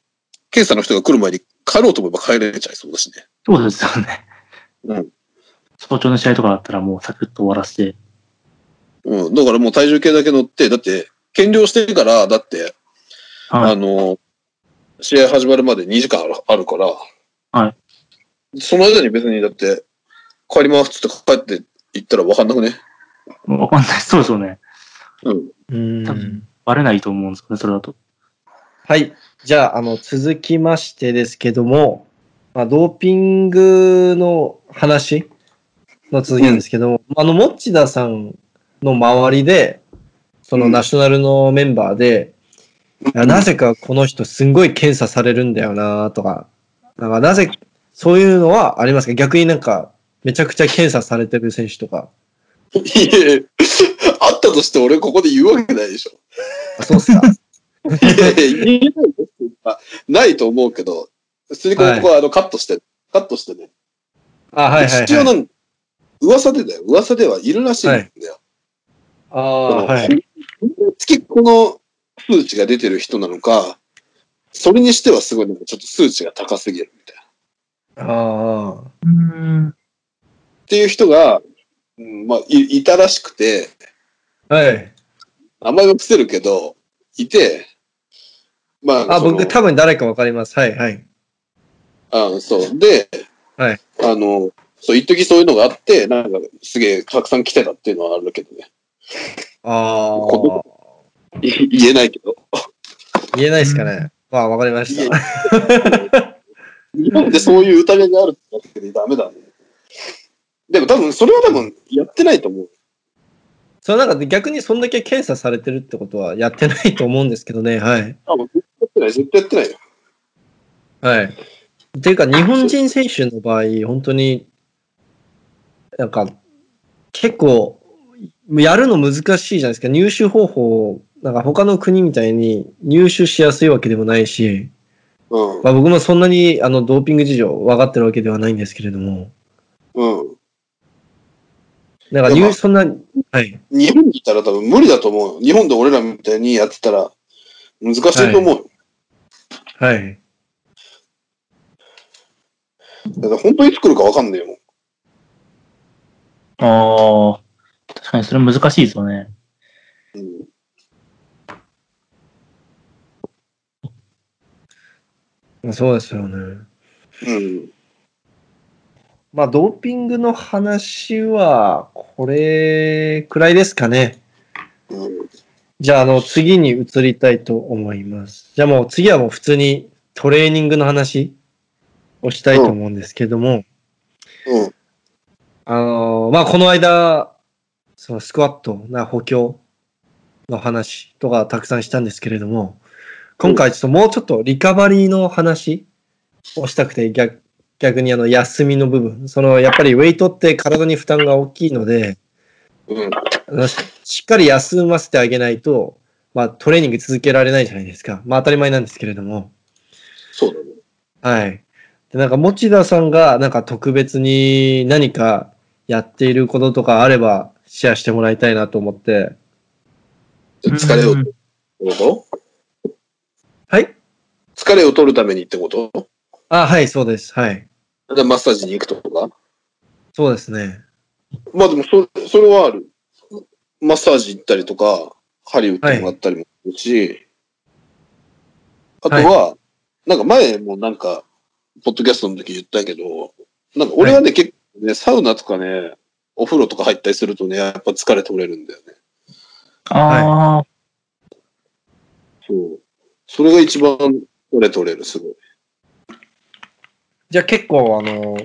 [SPEAKER 3] 検査の人が来る前に帰ろうと思えば帰れちゃいそうだしね。
[SPEAKER 2] そうですよね。
[SPEAKER 3] うん。
[SPEAKER 2] 早朝の試合とかだったらもうサクッと終わらせて、
[SPEAKER 3] うん。だからもう体重計だけ乗って、だって、減量してから、だって、
[SPEAKER 2] は
[SPEAKER 3] あ
[SPEAKER 2] い。
[SPEAKER 3] の、試合始まるまで2時間あるあるから、。
[SPEAKER 2] はい
[SPEAKER 3] その間に別に、だって、帰りますっつって帰って行ったら分かんなくね。
[SPEAKER 2] わかんない。そうですよね。
[SPEAKER 3] うん。
[SPEAKER 1] うん。
[SPEAKER 2] バレないと思うんですよね、それだと。
[SPEAKER 1] はい。じゃあ、あの、続きましてですけども、まあ、ドーピングの話の続きなんですけども、あの、モッチダさんの周りで、その
[SPEAKER 3] うん
[SPEAKER 1] ナショナルのメンバーで、あなぜかこの人すんごい検査されるんだよなとか、なんかなぜ、そういうのはありますか逆になんか、めちゃくちゃ検査されてる選手とか。
[SPEAKER 3] いえ、あったとして俺ここで言うわけないでしょ。
[SPEAKER 1] あそうっ すか
[SPEAKER 3] いやいや言えないですっていうかないと思うけど、普通にここ
[SPEAKER 1] はい
[SPEAKER 3] ここはあのカットして、カットしてね。
[SPEAKER 1] あ、はいはい、
[SPEAKER 3] 一応
[SPEAKER 1] は。
[SPEAKER 3] ないん噂でだよ。噂ではいるらしいんだよ。
[SPEAKER 1] あ
[SPEAKER 3] そ
[SPEAKER 1] あ、
[SPEAKER 3] の
[SPEAKER 1] はい。
[SPEAKER 3] 月この数値が出てる人なのか、それにしてはすごいなんかちょっと数値が高すぎるみたいな。っ
[SPEAKER 1] ああ、
[SPEAKER 2] うん。
[SPEAKER 3] ていう人が、うんまあ、いいたらしくて、
[SPEAKER 1] はい。
[SPEAKER 3] 名前は伏せるけど、いて、まあ、
[SPEAKER 1] あ、
[SPEAKER 3] その
[SPEAKER 1] 僕多分誰かわかります。はいはい。
[SPEAKER 3] あそう。で、
[SPEAKER 1] はい
[SPEAKER 3] あの、そう、一時そういうのがあって、なんか、すげえ、たくさん来てたっていうのはあるけどね。
[SPEAKER 1] ああ
[SPEAKER 3] こ、い言えないけど。
[SPEAKER 1] 言えないですかね。まあ、わかりまし
[SPEAKER 3] い
[SPEAKER 1] た。
[SPEAKER 3] 日本でそういう疑いがあるってなってダメだね。でも多分、それは多分、やってないと思う。
[SPEAKER 1] それなんか逆にそんだけ検査されてるってことはやってないと思うんですけどね。はい。
[SPEAKER 3] あ、もう絶対やってない、絶対やってないよ。
[SPEAKER 1] はい。っていうか、日本人選手の場合、本当に、なんか、結構、やるの難しいじゃないですか。入手方法、なんか他の国みたいに入手しやすいわけでもないし、
[SPEAKER 3] うん
[SPEAKER 1] まあ僕もそんなにあのドーピング事情分かってるわけではないんですけれども、。
[SPEAKER 3] うん。
[SPEAKER 1] なんか
[SPEAKER 3] で
[SPEAKER 1] 入
[SPEAKER 3] も
[SPEAKER 1] そんな、はい。
[SPEAKER 3] 日本にいたら多分無理だと思うよ。日本で俺らみたいにやってたら、難しいと思うよ。
[SPEAKER 1] はい。
[SPEAKER 3] だから本当にいつ来るかわかんないよ。もう
[SPEAKER 2] ああ。確かにそれ難しいですよね。
[SPEAKER 3] うん
[SPEAKER 1] まあそうですよね。
[SPEAKER 3] うん。
[SPEAKER 1] まあ、ドーピングの話は、これくらいですかね。
[SPEAKER 3] うん。
[SPEAKER 1] じゃあ、あの、次に移りたいと思います。じゃあもう、次はもう普通にトレーニングの話をしたいと思うんですけども、
[SPEAKER 3] うん。
[SPEAKER 1] あのーまあ、この間、そのスクワットな補強の話とかたくさんしたんですけれども、今回ちょっともうちょっとリカバリーの話をしたくて、逆逆にあの休みの部分、そのやっぱりウェイトって体に負担が大きいので、
[SPEAKER 3] うん。
[SPEAKER 1] あのししっかり休ませてあげないと、まあ、トレーニング続けられないじゃないですか。まあ、当たり前なんですけれども。
[SPEAKER 3] そうだね。
[SPEAKER 1] はい。で、なんか、持田さんが、なんか特別に何かやっていることとかあれば、シェアしてもらいたいなと思って。
[SPEAKER 3] 疲れを
[SPEAKER 2] うん
[SPEAKER 3] ってこと
[SPEAKER 1] はい
[SPEAKER 3] 疲れを取るためにってこと
[SPEAKER 1] あ、はい、そうです。はい。
[SPEAKER 3] でマッサージに行くとか
[SPEAKER 1] そうですね。
[SPEAKER 3] まあでもそ、それはある。マッサージ行ったりとか、針打ってもらったりもするし、
[SPEAKER 1] はい
[SPEAKER 3] あとは、なんか前もなんか、ポッドキャストの時言ったけど、なんか俺はね、結構ね、サウナとかね、お風呂とか入ったりするとね、やっぱ疲れ取れるんだよね。
[SPEAKER 2] ああ。
[SPEAKER 3] そう。それが一番疲れ取れる、すごい。
[SPEAKER 1] じゃあ結構、あの、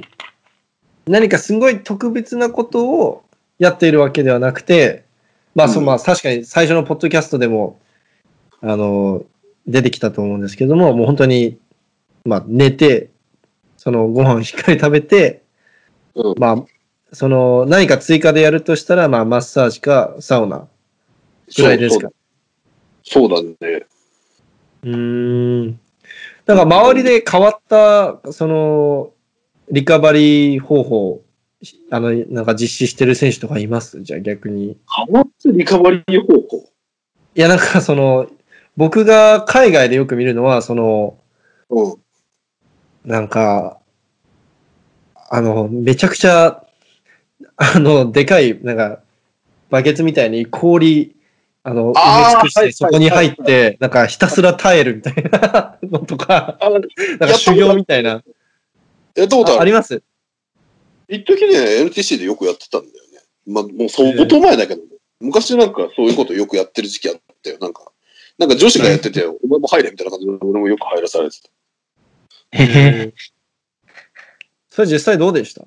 [SPEAKER 1] 何かすごい特別なことをやっているわけではなくて、まあ、そう
[SPEAKER 3] うん
[SPEAKER 1] まあ、確かに最初のポッドキャストでも、あの、出てきたと思うんですけども、もう本当に、まあ、寝て、その、ご飯をしっかり食べて、
[SPEAKER 3] うん。
[SPEAKER 1] まあ、その、何か追加でやるとしたら、まあ、マッサージかサウナぐらいですか。
[SPEAKER 3] そうそうそうだね。
[SPEAKER 1] うーん。なんか、周りで変わった、その、リカバリー方法しあの、なんか実施してる選手とかいますじゃあ逆に。
[SPEAKER 3] 変わってリカバリー方法。
[SPEAKER 1] いや、なんかその、僕が海外でよく見るのは、その、
[SPEAKER 3] うん。
[SPEAKER 1] なんか、あの、めちゃくちゃ、あの、でかい、なんか、バケツみたいに氷、あの、埋
[SPEAKER 3] あー
[SPEAKER 1] め尽くし
[SPEAKER 3] はいは
[SPEAKER 1] て、
[SPEAKER 3] い
[SPEAKER 1] そこに入って、なんかひたすら耐えるみたいなのとか、
[SPEAKER 3] あ、
[SPEAKER 1] なんか修行みたいな。
[SPEAKER 3] やったこと
[SPEAKER 1] あ
[SPEAKER 3] あ
[SPEAKER 1] あ
[SPEAKER 3] る。
[SPEAKER 1] ります
[SPEAKER 3] 一時ね、NTC でよくやってたんだよね。まあ、もう相当前だけど、昔なんかそういうことよくやってる時期あったよ。なんか、なんか女子がやってて、お前も入れみたいな感じで、俺もよく入らされてた。
[SPEAKER 2] へへ。
[SPEAKER 1] それ実際どうでした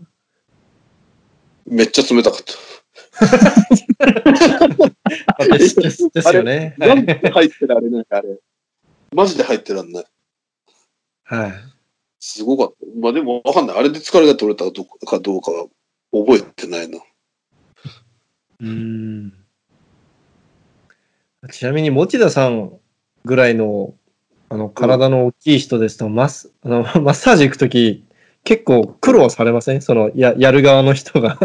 [SPEAKER 3] めっちゃ冷たかった。
[SPEAKER 1] ですですですよね。は
[SPEAKER 3] なん
[SPEAKER 1] い。
[SPEAKER 3] で入ってられないあれ。マジで入ってらんない。
[SPEAKER 1] はい
[SPEAKER 3] すごかった。まあでもわかんない。あれで疲れが取れたかどうかは覚えてないな。
[SPEAKER 1] うんちなみに持田さんぐらいのあの体の大きい人ですと、マッスあの マッサージ行くとき、結構苦労されませんそのややる側の人が。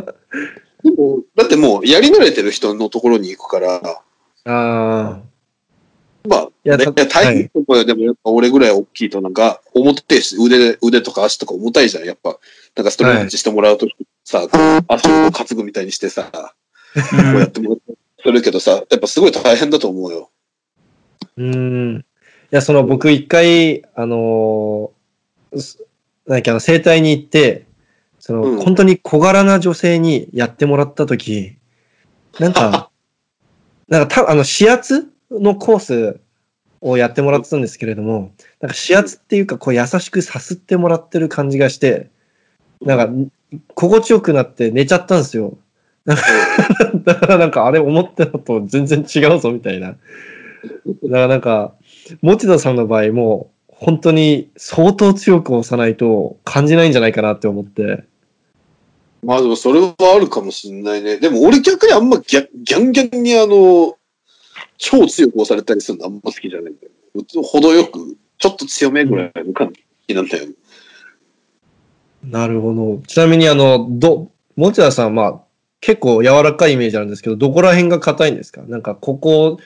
[SPEAKER 3] でも、だってもうやり慣れてる人のところに行くから、
[SPEAKER 1] ああ。
[SPEAKER 3] まあ、
[SPEAKER 1] いや
[SPEAKER 3] ね
[SPEAKER 1] た
[SPEAKER 3] 大変と思うよ、でもやっぱ俺ぐらい大きいとなんか、重てえし、腕、腕とか足とか重たいじゃん、やっぱ。なんかストレッチしてもらうときさ、こう足をこう担ぐみたいにしてさ、こうやってもらってするけどさ、やっぱすごい大変だと思うよ。
[SPEAKER 1] うん。いや、その僕一回、あのーすなんだっけ、あの、整体に行って、その、
[SPEAKER 3] うん
[SPEAKER 1] 本当に小柄な女性にやってもらったとき、なん か、なんかた、あの、指圧のコースをやってもらってたんですけれども、なんか指圧っていうか、こう優しくさすってもらってる感じがして、なんか、心地よくなって寝ちゃったんですよ。なんか だからなんかあれ思ってたのと全然違うぞみたいな。だからなんか、持田さんの場合もう本当に相当強く押さないと感じないんじゃないかなって思って。
[SPEAKER 3] まあでもそれはあるかもしんないね。でも俺逆にあんまギャギャンギャンにあの、超強く押されたりするのあんま好きじゃないんだよ。程よく、ちょっと強めぐらいの感じなんだよね。
[SPEAKER 1] なるほど。ちなみにあの、ど、持田さんはまあ結構柔らかいイメージあるんですけど、どこら辺が硬いんですかなんかここ、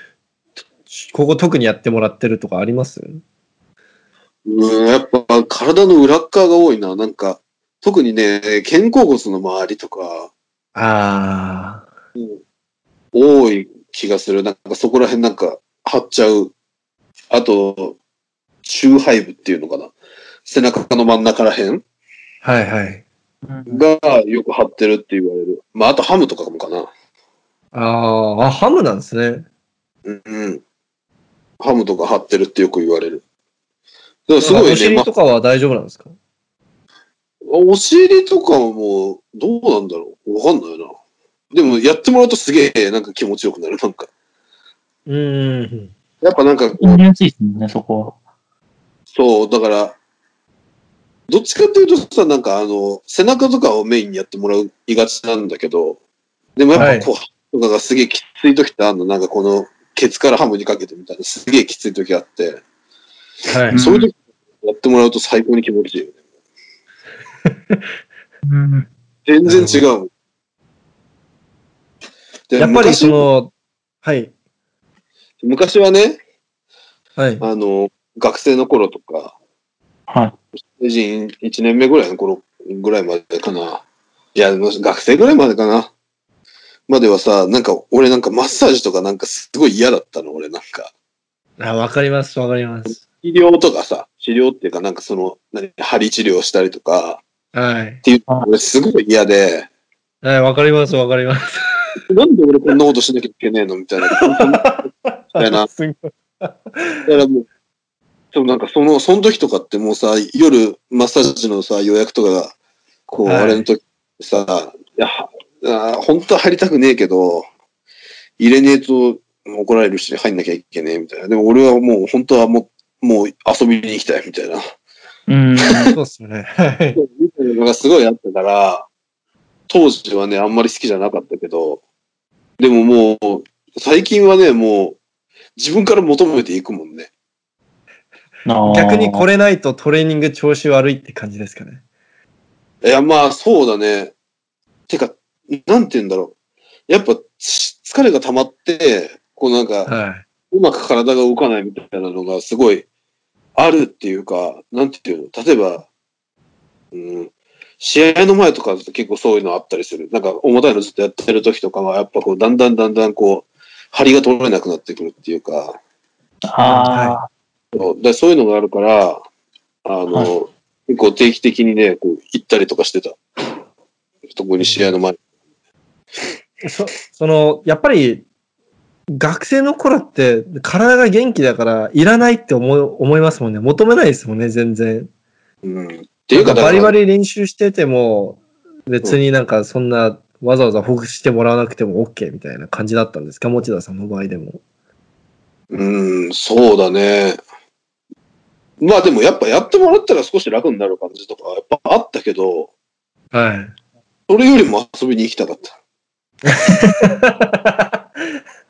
[SPEAKER 1] ここ特にやってもらってるとかあります
[SPEAKER 3] うん、やっぱ体の裏っ側が多いな。なんか、特にね、肩甲骨の周りとか、
[SPEAKER 1] ああ。
[SPEAKER 3] 多い気がする。なんかそこら辺なんか張っちゃう。あと、中背部っていうのかな。背中の真ん中ら辺
[SPEAKER 1] はいはい。
[SPEAKER 3] がよく張ってるって言われる。まあ、あとハムとかもかな。
[SPEAKER 1] あーあ、ハムなんですね。
[SPEAKER 3] うん、うん。ハムとか張ってるってよく言われる。でもすご
[SPEAKER 1] お
[SPEAKER 3] いね、
[SPEAKER 1] 尻
[SPEAKER 3] まあ
[SPEAKER 1] とかは大丈夫なんですか、
[SPEAKER 3] お尻とかはもう、どうなんだろうわかんないな。でも、やってもらうとすげえ、なんか気持ちよくなる。なんか。
[SPEAKER 1] うーん。
[SPEAKER 3] やっぱなんかこ
[SPEAKER 2] イン
[SPEAKER 3] う、
[SPEAKER 2] ディアンスイスもんね、そこは。
[SPEAKER 3] そう、だから、どっちかっていうとさ、なんかあの、背中とかをメインにやってもらういがちなんだけど、でもやっぱこう、とかがすげえきつい時ってあるの。なんかこの、ケツからハムにかけてみたいな、すげえきつい時あって、
[SPEAKER 1] はい
[SPEAKER 2] うん
[SPEAKER 3] そういう時やってもらうと最高に気持ちいいよね。
[SPEAKER 2] うん。
[SPEAKER 3] 全然違うもん。で
[SPEAKER 1] やっぱり
[SPEAKER 3] 昔
[SPEAKER 1] その、はい、
[SPEAKER 3] 昔はね、
[SPEAKER 1] はい、
[SPEAKER 3] あの、学生の頃とか、
[SPEAKER 2] はい。
[SPEAKER 3] 成人1年目ぐらいの頃ぐらいまでかな。いや、でも学生ぐらいまでかな。まではさ、なんか、俺なんかマッサージとかなんかすごい嫌だったの、俺なんか。
[SPEAKER 1] あ、わかります、わかります。
[SPEAKER 3] 治療とかさ、治療っていうかなんかその、何、針治療したりとか、
[SPEAKER 1] はい
[SPEAKER 3] っ。ていうの俺すごい嫌で、
[SPEAKER 1] はい、わかります、わかります。
[SPEAKER 3] なんで俺こんなことしなきゃいけねえのみたいな。たいな
[SPEAKER 1] すごい
[SPEAKER 3] だからもう、でもなんかその、その時とかってもうさ、夜マッサージのさ、予約とかが、こう、
[SPEAKER 1] はい
[SPEAKER 3] あれの時さ、いや、あー本当は入りたくねえけど、入れねえと怒られるし、入んなきゃいけねえみたいな。でも俺はもう本当はもう、もう遊びに行きたいみたいな。
[SPEAKER 2] うん。
[SPEAKER 1] そうっすよね。はい。
[SPEAKER 3] みたいなのがすごいあったから、当時はね、あんまり好きじゃなかったけど、でももう、最近はね、もう、自分から求めていくもんね。
[SPEAKER 1] 逆にこ
[SPEAKER 2] れ。
[SPEAKER 1] れないとトレーニング調子悪いって感じですかね。
[SPEAKER 3] いや、まあ、そうだね。てか、なんて言うんだろう。やっぱ、し疲れが溜まって、こうなんか、
[SPEAKER 1] は
[SPEAKER 3] うまく体が動かないみたいなのがすごいあるっていうか、なんていうの、例えば、うん、試合の前とかだと結構そういうのあったりする。なんか重たいのずっとやってる時とかは、やっぱこう、だんだんだんだんこう、張りが取れなくなってくるっていうか、
[SPEAKER 2] ああ、
[SPEAKER 3] そうでそういうのがあるから、あの、
[SPEAKER 2] はい
[SPEAKER 3] 結構定期的にね、こう、行ったりとかしてた。特に試合の前。
[SPEAKER 1] い。そその、やっぱり、学生の頃って体が元気だからいらないって思い思いますもんね。求めないですもんね、全然。
[SPEAKER 3] うん。っていうか、だ
[SPEAKER 1] バ
[SPEAKER 3] か
[SPEAKER 1] リ
[SPEAKER 3] ら
[SPEAKER 1] バリ練習してても、別になんかそんなわざわざほぐしてもらわなくても OK みたいな感じだったんですか持田さんの場合でも。
[SPEAKER 3] うん、そうだね。まあでもやっぱやってもらったら少し楽になる感じとか、やっぱあったけど、
[SPEAKER 1] はい。
[SPEAKER 3] それよりも遊びに行きたかった。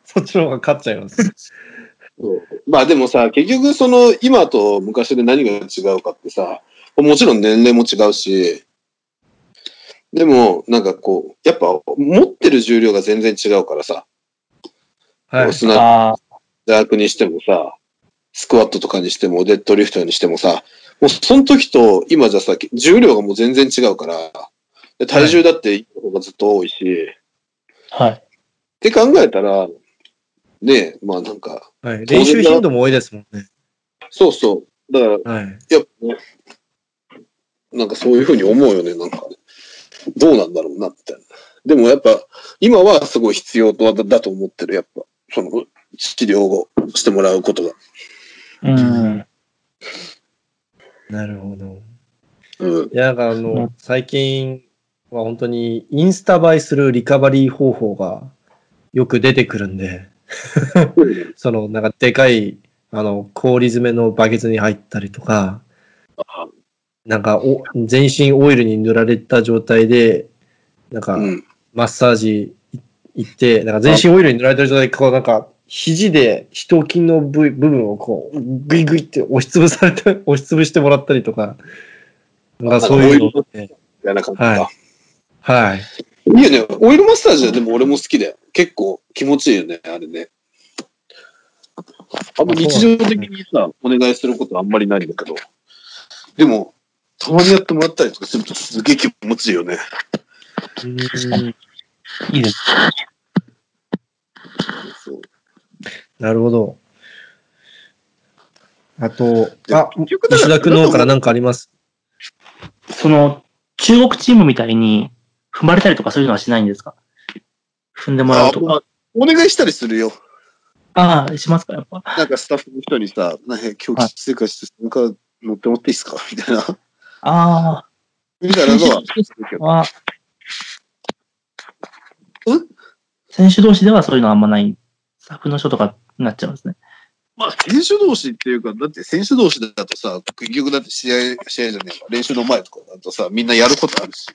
[SPEAKER 1] そっちの方が勝っちゃいます。
[SPEAKER 3] まあでもさ、結局その今と昔で何が違うかってさ、もちろん年齢も違うし、でもなんかこう、やっぱ持ってる重量が全然違うからさ、
[SPEAKER 1] はい。
[SPEAKER 3] スナッ
[SPEAKER 2] ああ、
[SPEAKER 3] ダークにしてもさ、スクワットとかにしても、デッドリフトにしてもさ、もうその時と今じゃさ、重量がもう全然違うから、で体重だって一個がずっと多いし、っ
[SPEAKER 2] はい。
[SPEAKER 3] て考えたら、ねえ、まあなんか、
[SPEAKER 1] はい、練習頻度も多いですもんね。
[SPEAKER 3] そうそう、だから、
[SPEAKER 1] はい。
[SPEAKER 3] やっぱね、なんかそういうふうに思うよね、なんか、どうなんだろうな、みたいな。でもやっぱ、今はすごい必要だだと思ってる、やっぱ、その、治療をしてもらうことが。
[SPEAKER 2] うん。
[SPEAKER 1] なるほど。
[SPEAKER 3] う
[SPEAKER 1] い
[SPEAKER 3] ん。
[SPEAKER 1] や、なんかあ
[SPEAKER 2] う
[SPEAKER 1] の、最近は本当にインスタ映えするリカバリー方法がよく出てくるんで、 その、なんかでかい、あの、氷詰めのバケツに入ったりとか、なんかお全身オイルに塗られた状態で、なんか、
[SPEAKER 3] うん。
[SPEAKER 1] マッサージい行って、なんか全身オイルに塗られてる状態で、こうなんか、肘で、ひと筋の部位部分をこう、グイグイって押しつぶされて、押しつぶしてもらったりとか、なんかそういうのって、
[SPEAKER 3] みたいな感じか。
[SPEAKER 1] ははい。
[SPEAKER 3] いいよね。オイルマッサージはでも俺も好きだよ。結構気持ちいいよね、あれね。あんま日常的にさ、お願いすることはあんまりないんだけど。でも、たまにやってもらったりとかするとすげえ気持ちいいよね。
[SPEAKER 1] うん
[SPEAKER 2] いいです。
[SPEAKER 3] そう
[SPEAKER 1] なるほど。あと、あ、
[SPEAKER 3] 結局だ
[SPEAKER 1] 石
[SPEAKER 3] から
[SPEAKER 1] 田君の方から何かあります
[SPEAKER 2] その、中国チームみたいに踏まれたりとかそういうのはしないんですか踏んでもらうとか。
[SPEAKER 3] お願いしたりするよ。
[SPEAKER 2] ああ、しますか、やっぱ。
[SPEAKER 3] なんかスタッフの人にさ、なんか今日生活して、なんか乗ってもらっていいですかみたいな。
[SPEAKER 2] あ
[SPEAKER 3] みたいなのは。
[SPEAKER 2] あ、は
[SPEAKER 3] うん
[SPEAKER 2] 選手同士ではそういうのあんまない。スタッフの人とかになっちゃうんですね。
[SPEAKER 3] まあ、選手同士っていうか、だって選手同士だとさ、結局だって試合、試合じゃねえか、練習の前とかだとさ、みんなやることあるし。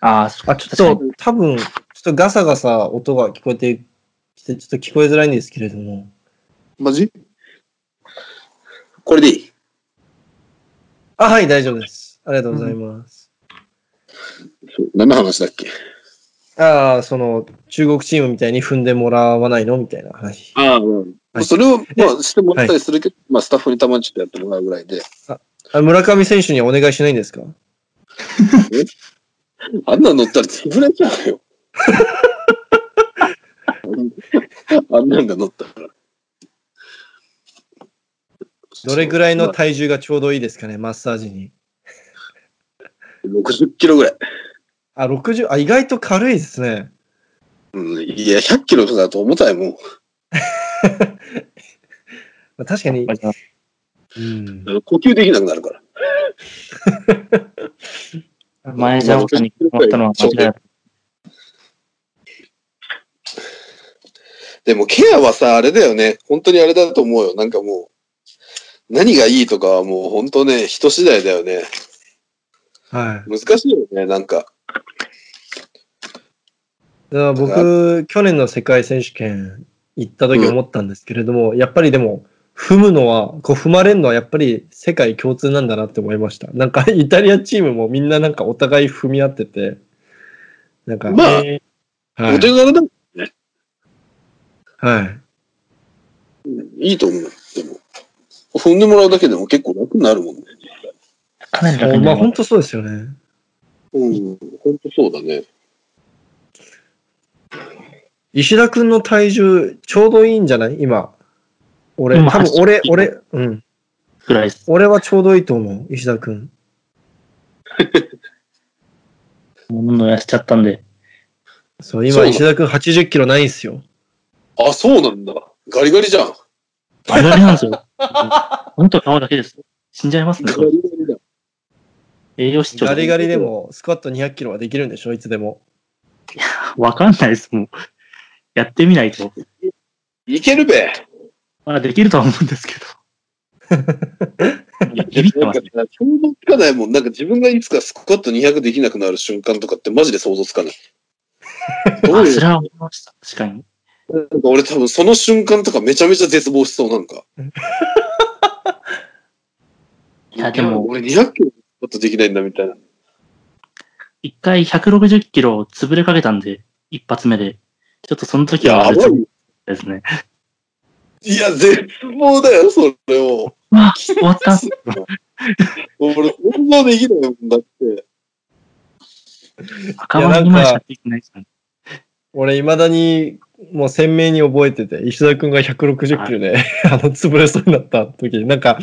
[SPEAKER 2] ああ、そ
[SPEAKER 1] あ、ちょっと、多分、ちょっとガサガサ音が聞こえてきて、ちょっと聞こえづらいんですけれども。
[SPEAKER 3] マジこれでいい
[SPEAKER 1] あ、はい、大丈夫です。ありがとうございます。
[SPEAKER 3] 何の話だっけ
[SPEAKER 1] ああ、その、中国チームみたいに踏んでもらわないのみたいな話。
[SPEAKER 3] ああ、うん。
[SPEAKER 1] はい
[SPEAKER 3] それを、まあ、してもらったりするけど、まあ、スタッフにたまにちょっとやってもらうぐらいで。
[SPEAKER 1] あ村上選手にはお願いしないんですか
[SPEAKER 3] あんなの乗ったら潰れちゃ うよ。あんなんが乗ったら。
[SPEAKER 1] どれぐらい
[SPEAKER 3] ま
[SPEAKER 1] の
[SPEAKER 3] あ
[SPEAKER 1] 体重がちょうどいいですかね、マッサージに。
[SPEAKER 3] ?60 キロぐらい。
[SPEAKER 1] あ、60、あ、意外と軽いですね。
[SPEAKER 3] うん。いや、100キロとかだと重たいもん。
[SPEAKER 1] まあ確かに、
[SPEAKER 2] と。
[SPEAKER 1] うん
[SPEAKER 3] あ。の呼吸できなくなるから。
[SPEAKER 2] マネージャーごとに決まったのは間違いない。
[SPEAKER 3] でもケアはさ、あれだよね。本当にあれだと思うよ。なんかもう、何がいいとかはもう本当ね、人次第だよね。
[SPEAKER 1] はい。
[SPEAKER 3] 難しいよね、なんか。
[SPEAKER 1] だから僕、去年の世界選手権行った時思ったんですけれども、やっぱりでも、踏むのは、こう踏まれるのはやっぱり世界共通なんだなって思いました。なんかイタリアチームもみんななんかお互い踏み合ってて、なんか、
[SPEAKER 3] まあ
[SPEAKER 2] え
[SPEAKER 1] はい
[SPEAKER 3] お手軽だもん。
[SPEAKER 1] はい。
[SPEAKER 3] いいと思う。でも、踏んでもらうだけでも結構楽になるもんね。
[SPEAKER 2] ーかなり楽
[SPEAKER 1] そうま
[SPEAKER 2] にな
[SPEAKER 1] あ
[SPEAKER 2] りま
[SPEAKER 1] 本
[SPEAKER 2] す
[SPEAKER 1] 当そうですよね。
[SPEAKER 3] うん、本当そうだね。
[SPEAKER 1] 石田くんの体重ちょうどいいんじゃない今。俺、
[SPEAKER 2] 今
[SPEAKER 1] 多分俺、
[SPEAKER 2] 80
[SPEAKER 1] 俺、うん。
[SPEAKER 2] くらいです。
[SPEAKER 1] 俺はちょうどいいと思う、石田くん。
[SPEAKER 2] もうどんどん痩せちゃったんで。
[SPEAKER 1] そう、
[SPEAKER 3] そう
[SPEAKER 1] 今
[SPEAKER 3] だ
[SPEAKER 1] 石田くん80キロないんすよ。
[SPEAKER 3] あ、そうなんだ。ガリガリじゃん。
[SPEAKER 2] あれあれなんです よ。本当は顔だけですよ。死んじゃいますね。
[SPEAKER 3] ガ
[SPEAKER 2] これ
[SPEAKER 3] リガリだ。
[SPEAKER 2] 栄養失調
[SPEAKER 1] ガリガリでもスクワット200キロはできるんでしょいつでも。
[SPEAKER 2] わかんないです、もう。やってみないと。
[SPEAKER 3] いけるべ。
[SPEAKER 2] まあ、できるとは思うんですけど。いや、ビビって
[SPEAKER 3] な
[SPEAKER 2] ま
[SPEAKER 3] んか
[SPEAKER 2] す
[SPEAKER 3] さ、想像つかないもん。なんか自分がいつかスクワット200できなくなる瞬間とかってマジで想像つかない。どう
[SPEAKER 2] あ、
[SPEAKER 3] い
[SPEAKER 2] そうれは思いました。確かに。
[SPEAKER 3] なんか俺多分その瞬間とかめちゃめちゃ絶望しそうなんか。
[SPEAKER 2] いや、でも、
[SPEAKER 3] 俺200キロスクワットできないんだみたいな。
[SPEAKER 2] 一回160キロ潰れかけたんで、一発目で。ちょっとその時は
[SPEAKER 3] やば
[SPEAKER 2] 絶望
[SPEAKER 3] い。
[SPEAKER 2] ですね。
[SPEAKER 3] いや、絶望だよ、それを。
[SPEAKER 2] わあ、終わった。
[SPEAKER 3] 俺、そんなできないもんだって。
[SPEAKER 2] 赤羽にましかできないじゃん。
[SPEAKER 1] 俺、未だにもう鮮明に覚えてて、石田くんが160キロで、 あの、潰れそうになった時に、なんか、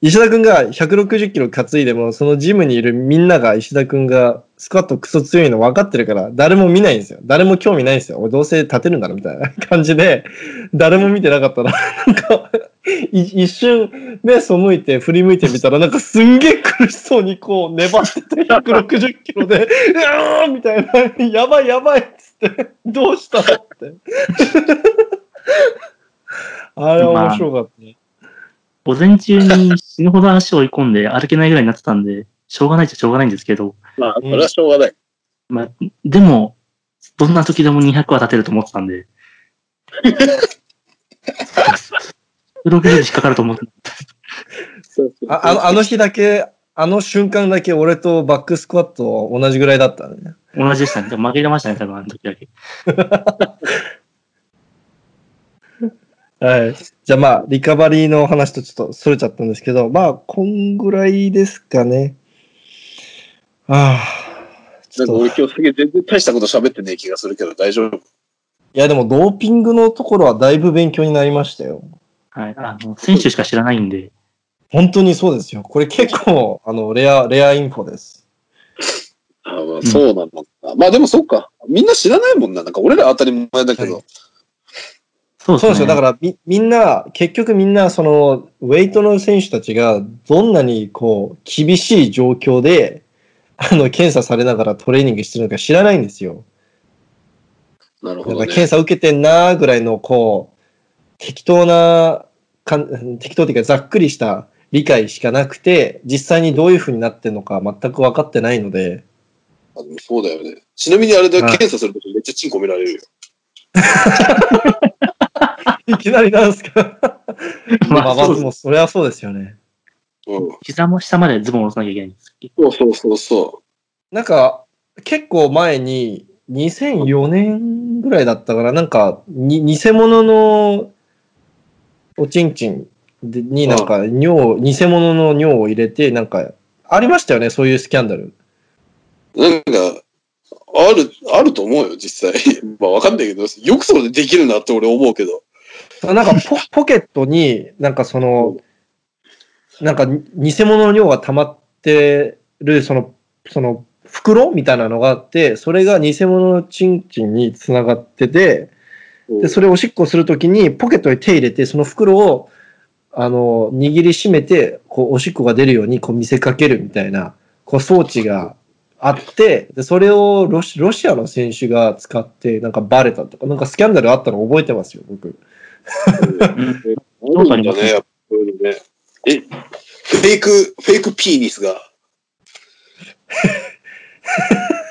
[SPEAKER 1] 石田くんが160キロ担いでも、そのジムにいるみんなが石田くんがスクワットクソ強いの分かってるから、誰も見ないんですよ。誰も興味ないんですよ。俺どうせ立てるんだろみたいな感じで、誰も見てなかったら、なんか、い一瞬目背いて振り向いてみたら、なんかすんげえ苦しそうにこう粘ってて、160キロで、うーんみたいな、やばいやばいっつって、どうしたのって。 あれ面白かったね。
[SPEAKER 2] 午前中に死ぬほど足を追い込んで歩けないぐらいになってたんで、しょうがないっちゃしょうがないんですけど、
[SPEAKER 3] まあ、
[SPEAKER 1] それは
[SPEAKER 3] しょうがない。
[SPEAKER 2] まあ、でも、どんな時でも200は立てると思ってたんで。160で引っかかると思って
[SPEAKER 1] あ あのあの日だけ、あの瞬間だけ俺とバックスクワット同じぐらいだったね。
[SPEAKER 2] 同じでしたね。でも紛れましたね、多分あの時だけ。
[SPEAKER 1] はい。じゃあまあ、リカバリーの話とちょっとそれちゃったんですけど、まあ、こんぐらいですかね。ああ。ち
[SPEAKER 3] な
[SPEAKER 1] ょ
[SPEAKER 3] ん
[SPEAKER 1] っとい
[SPEAKER 3] か俺今日すげえ全然大したこと喋ってねえ気がするけど大丈夫。
[SPEAKER 1] や、でもドーピングのところはだいぶ勉強になりましたよ。
[SPEAKER 2] はい。あの、選手しか知らないんで、
[SPEAKER 1] 本当にそうですよ。これ結構、あの、レア、レアインフォです。
[SPEAKER 3] あまあそうなのか、まあでもそうか。みんな知らないもんな。なんか俺ら当たり前だけ
[SPEAKER 2] そうで
[SPEAKER 3] ど。
[SPEAKER 2] す
[SPEAKER 1] そう
[SPEAKER 2] ね。、
[SPEAKER 1] ですよ。だかららみ、みんな、結局みんな、その、ウェイトの選手たちが、どんなに、こう、厳しい状況で、あの、検査されながらトレーニングしてるのか知らないんですよ。
[SPEAKER 3] なる
[SPEAKER 1] だ
[SPEAKER 3] ほ
[SPEAKER 1] か
[SPEAKER 3] ど
[SPEAKER 1] ら、
[SPEAKER 3] ね
[SPEAKER 1] 検。査受けてんなーぐらいの、こう、適当な、かん適当っていうか、ざっくりした理解しかなくて、実際にどういう風になってるのか全く分かってないので、
[SPEAKER 3] あでもそうだよね。ちなみにあれだよ
[SPEAKER 1] はい
[SPEAKER 3] 検査するときめっちゃチンコ見られるよ。
[SPEAKER 1] いきなりなんですかまあま あ、
[SPEAKER 2] まあ、そうです
[SPEAKER 1] もう、それはそうですよね。
[SPEAKER 3] うん。
[SPEAKER 2] 膝も下までズボンを下ろさなきゃいけないんです。
[SPEAKER 3] そうそうそうそ
[SPEAKER 1] なんか、結構前に、2004年ぐらいだったから、なんか、に偽物のおちんちんでになんか尿、偽物の尿を入れて、なんか、ありましたよね、そういうスキャンダル。
[SPEAKER 3] う。なんか、ある、あると思うよ、実際。 まあわかんないけど、よくそれでできるなって俺思うけど。
[SPEAKER 1] なんかポ、ポケットに、なんかその、なんか、に偽物の尿が溜まってる、その、その、袋みたいなのがあって、それが偽物のちんちんにつながってて、
[SPEAKER 3] うん
[SPEAKER 1] で、それをおしっこするときにポケットに手入れて、その袋を、あの、握りしめて、こう、おしっこが出るように、こう、見せかけるみたいな、こう、装置があって、で、それをロシロシアの選手が使って、なんかバレたとか、なんかスキャンダルあったの覚えてますよ、僕。
[SPEAKER 2] うん
[SPEAKER 3] あるんだね、やっぱこういうのね。え、フェイク、フェイクピーニスが。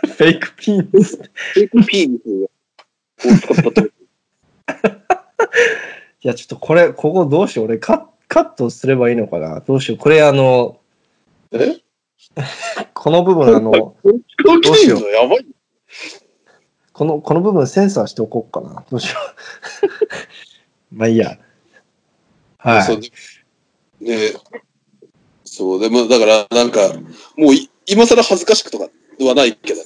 [SPEAKER 1] フェイクピンです。
[SPEAKER 3] フェイクピーニスが。を使ったと。
[SPEAKER 1] いや、ちょっとこれ、ここどうしよう、俺、カッカットすればいいのかなどうしよう。これ、あの、
[SPEAKER 3] え
[SPEAKER 1] この部分、あの、
[SPEAKER 3] こっちの
[SPEAKER 1] どうしよう
[SPEAKER 3] のやばい。
[SPEAKER 1] この、この部分センサーしておこうかな。どうしよう。まあいいや。は
[SPEAKER 3] そう
[SPEAKER 1] い。
[SPEAKER 3] ね。ねそう、でも、だから、なんか、もうい、今更恥ずかしくとかはないけどね。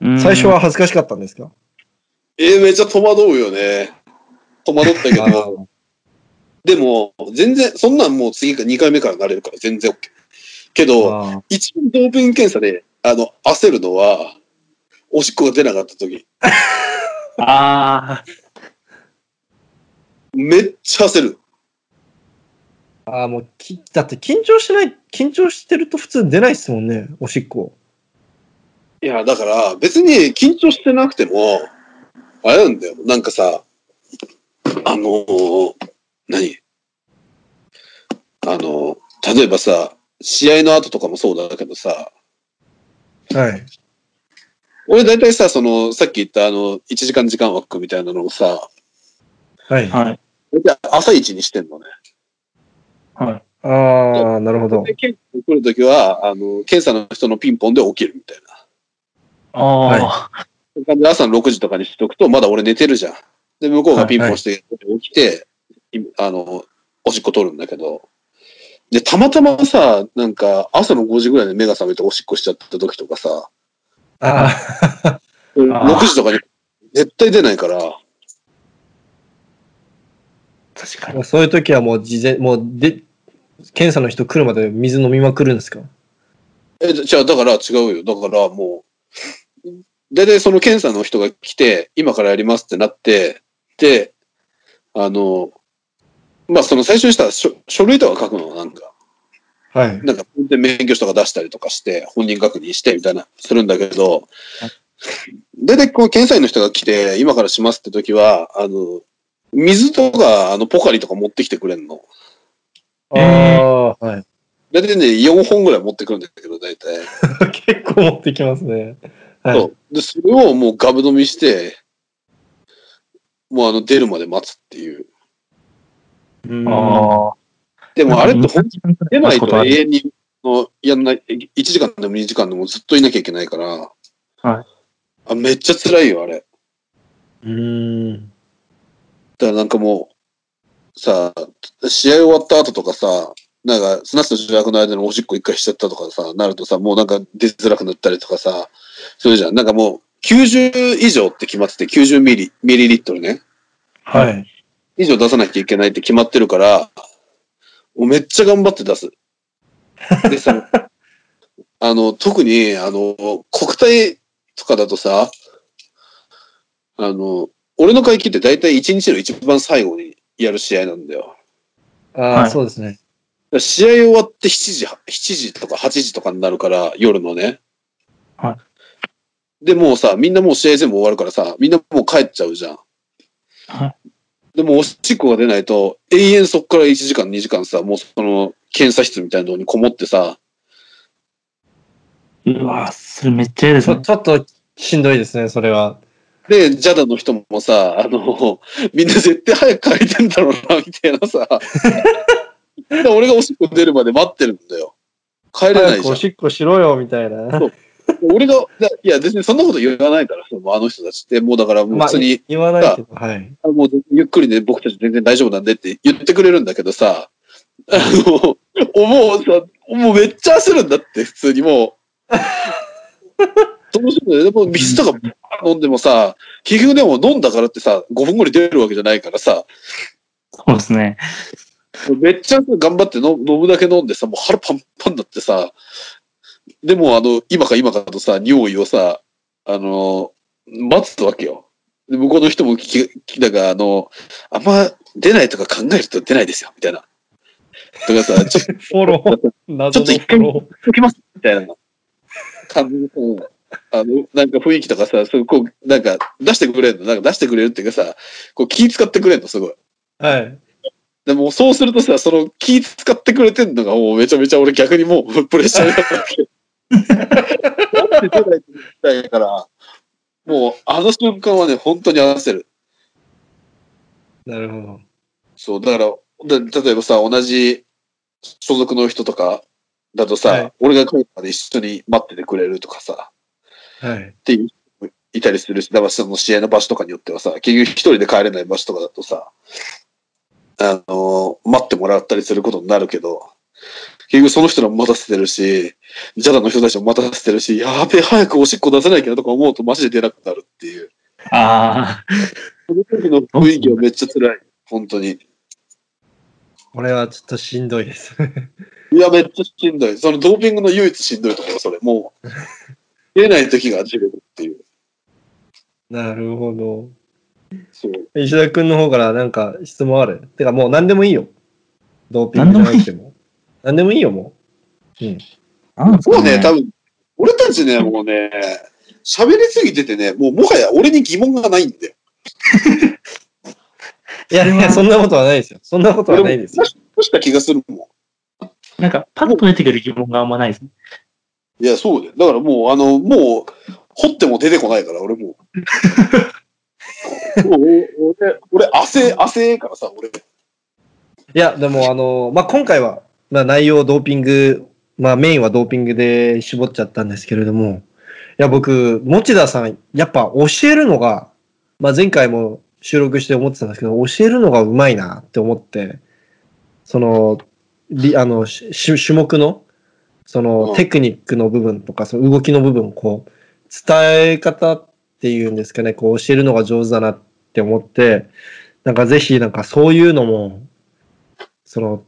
[SPEAKER 2] うん
[SPEAKER 1] 最初は恥ずかしかったんですか
[SPEAKER 3] えーめっちゃ戸惑うよね。戸惑ったけ
[SPEAKER 1] あ
[SPEAKER 3] ど、
[SPEAKER 1] の
[SPEAKER 3] でも、全然、そんなんもう次か2回目からなれるから全然 OK。けど、
[SPEAKER 1] あ
[SPEAKER 3] 一番ドーピング検査で、あの、焦るのは、おしっこが出なかった時、
[SPEAKER 2] ああ、
[SPEAKER 3] めっちゃ焦る。
[SPEAKER 1] あー、もうき、だって緊張しない、緊張してると普通出ないですもんね、おしっこ。
[SPEAKER 3] いや、だから、別に緊張してなくても、あれなんだよ。なんかさ、あのー何あのー例えばさ、試合の後とかもそうだけどさ、
[SPEAKER 1] はい。
[SPEAKER 3] 俺大体さ、その、さっき言ったあの、1時間時間枠みたいなのをさ、
[SPEAKER 1] はい。あ
[SPEAKER 2] はい。
[SPEAKER 3] 大体朝一にしてんのね。
[SPEAKER 2] はい。
[SPEAKER 1] あ、なるほど。
[SPEAKER 3] で、検査に来るときは、あの、検査の人のピンポンで起きるみたいな。
[SPEAKER 2] ああ、
[SPEAKER 1] は
[SPEAKER 3] そんな感じで朝の6時とかにしとくと、まだ俺寝てるじゃん。で、向こうがピンポンして起きて、あの、おしっこ取るんだけど。で、たまたまさ、なんか、朝の5時ぐらいで目が覚めておしっこしちゃった時とかさ、
[SPEAKER 1] ああ、
[SPEAKER 3] 6時とかに絶対出ないから、
[SPEAKER 2] 確か
[SPEAKER 1] もう
[SPEAKER 2] に。
[SPEAKER 1] そういう時はもう事前、もうで、検査の人来るまで水飲みまくるんですか
[SPEAKER 3] え、じゃあだから違うよ。だからもう、大体その検査の人が来て、今からやりますってなって、で、あの、まあその最初にしたら書書類とか書くのなんか、
[SPEAKER 1] はい。
[SPEAKER 3] なんか運転免許証とか出したりとかして、本人確認してみたいな、するんだけど、大体この検査員の人が来て、今からしますって時は、あの、水とか、あの、ポカリとか持ってきてくれんの。
[SPEAKER 1] ああ、はい。
[SPEAKER 3] 大体ね、4本ぐらい持ってくるんだけど、大体。
[SPEAKER 1] 結構持ってきますね。はい。
[SPEAKER 3] そう。で、それをもうガブ飲みして、もうあの、出るまで待つっていう。
[SPEAKER 1] うん
[SPEAKER 2] ああ。
[SPEAKER 3] でもあれって本当に
[SPEAKER 2] 当
[SPEAKER 3] 出ないと
[SPEAKER 2] え
[SPEAKER 3] 永遠に、あのやんない、1時間でも2時間でもずっといなきゃいけないから、
[SPEAKER 2] はい
[SPEAKER 3] あめっちゃ辛いよ、あれ。
[SPEAKER 1] うん。
[SPEAKER 3] だからなんかもう、さ、試合終わった後とかさ、なんか、スナスと主役の間のおしっこ一回しちゃったとかさ、なるとさ、もうなんか出づらくなったりとかさ、それじゃん。なんかもう、90以上って決まってて、90ミリ、ミリリットルね。
[SPEAKER 1] はい。
[SPEAKER 3] 以上出さなきゃいけないって決まってるから、もうめっちゃ頑張って出す。でさ、あの、特に、あの、国体とかだとさ、あの、俺の会期って大体1日の一番最後にやる試合なんだよ。
[SPEAKER 1] ああ、
[SPEAKER 2] はい
[SPEAKER 1] そうですね。
[SPEAKER 3] 試合終わって7時、7時とか8時とかになるから、夜のね。
[SPEAKER 2] は
[SPEAKER 3] で、もうさ、みんなもう試合全部終わるからさ、みんなもう帰っちゃうじゃん。
[SPEAKER 2] は
[SPEAKER 3] でも、おしっこが出ないと、永遠そこから1時間、2時間さ、もうその、検査室みたいなのにこもってさ、
[SPEAKER 2] うわ、それめっちゃ嫌です
[SPEAKER 1] ちょ
[SPEAKER 2] ね。
[SPEAKER 1] ちょっとしんどいですね、それは。
[SPEAKER 3] で、ジャダの人もさ、あの、みんな絶対早く帰ってんだろうな、みたいな さ、みんな俺がおしっこ出るまで待ってるんだよ。帰れない
[SPEAKER 1] 早く
[SPEAKER 3] じゃ
[SPEAKER 1] お
[SPEAKER 3] ん。
[SPEAKER 1] しっこしろよ、みたいな。
[SPEAKER 3] 俺が、いや、別にそんなこと言わないから、もうあの人たちって、もうだから、もう
[SPEAKER 1] まあ
[SPEAKER 3] 普通に、、
[SPEAKER 1] 言わないけど、はい。
[SPEAKER 3] あもうゆっくりね、僕たち全然大丈夫なんでって言ってくれるんだけどさ、あの、思うさ、もうめっちゃ焦るんだって、普通にも う。どうしてもね、でも水とか飲んでもさ、結局でも飲んだからってさ、5分後に出るわけじゃないからさ、
[SPEAKER 2] そうですね。
[SPEAKER 3] めっちゃ頑張っての飲むだけ飲んでさ、もう腹パンパンだってさ、でもあの、今か今かとさ、尿意をさ、あの、待つわけよ。で向こうの人も聞き、だからあの、あんま出ないとか考えると出ないですよ、みたいな。とかさ、ちょっと
[SPEAKER 1] フォロー。謎のフォロ
[SPEAKER 3] 解きます、みたいな感じでさ、あの、なんか雰囲気とかさ、そうこう、なんか出してくれるの、なんか出してくれるっていうかさ、こう気使ってくれるの、すごい。
[SPEAKER 1] ー。はい。
[SPEAKER 3] でもそうするとさ、その気使ってくれてんのがもうめちゃめちゃ俺逆にもう プレッシャーになったわけ。だって出ないと言いたいから、もうあの瞬間はね、本当に焦る。
[SPEAKER 1] なるほど。
[SPEAKER 3] そう、だから、だ例えばさ、同じ所属の人とかだとさ、
[SPEAKER 1] はい
[SPEAKER 3] 俺が帰るまで一緒に待っててくれるとかさ、
[SPEAKER 1] はい。
[SPEAKER 3] っていういたりするし、だからその試合の場所とかによってはさ、結局一人で帰れない場所とかだとさ、あの、待ってもらったりすることになるけど、結局その人らも待たせてるし、ジャダの人たちも待たせてるし、やべえ、早くおしっこ出せないけどとか思うとマジで出なくなるっていう。
[SPEAKER 2] ああ、
[SPEAKER 3] その時の雰囲気はめっちゃ辛い。本当に。
[SPEAKER 1] これはちょっとしんどいです。
[SPEAKER 3] いや、めっちゃしんどい。そのドーピングの唯一しんどいところ、それ。もう、出ない時が地獄っていう。
[SPEAKER 1] なるほど。
[SPEAKER 3] そう。
[SPEAKER 1] 石田君の方からなんか質問あるてかもう何でもいいよ。ドーピングじゃなくても。何でもいいよ、もう。うん。
[SPEAKER 2] なんです
[SPEAKER 3] も
[SPEAKER 2] か
[SPEAKER 3] うね、
[SPEAKER 2] ね。
[SPEAKER 3] 多分、俺たちね、もうね、喋りすぎててね、もうもはや俺に疑問がないんだよ。
[SPEAKER 1] いや
[SPEAKER 2] それ
[SPEAKER 1] い
[SPEAKER 2] は
[SPEAKER 1] や、そんなことはないですよ。そんなことはないですよ。
[SPEAKER 3] そうした気がするも
[SPEAKER 2] なんか、パッと出てくる疑問があんまないですね。
[SPEAKER 3] ん。いや、そうだよ。だからもう、あの、もう、掘っても出てこないから、俺もう。もうお俺、俺、汗、汗からさ、俺。
[SPEAKER 1] いや、でもあの、まあ、今回は、まあ、内容ドーピング、まあ、メインはドーピングで絞っちゃったんですけれども、いや、僕、持田さん、やっぱ教えるのが、まあ、前回も収録して思ってたんですけど、教えるのがうまいなって思って、その、りあの、しし種目の、その、
[SPEAKER 3] うん
[SPEAKER 1] テクニックの部分とか、その動きの部分、こう、伝え方っていうんですかね、こう、教えるのが上手だなって思って、なんかぜひ、なんかそういうのも、その、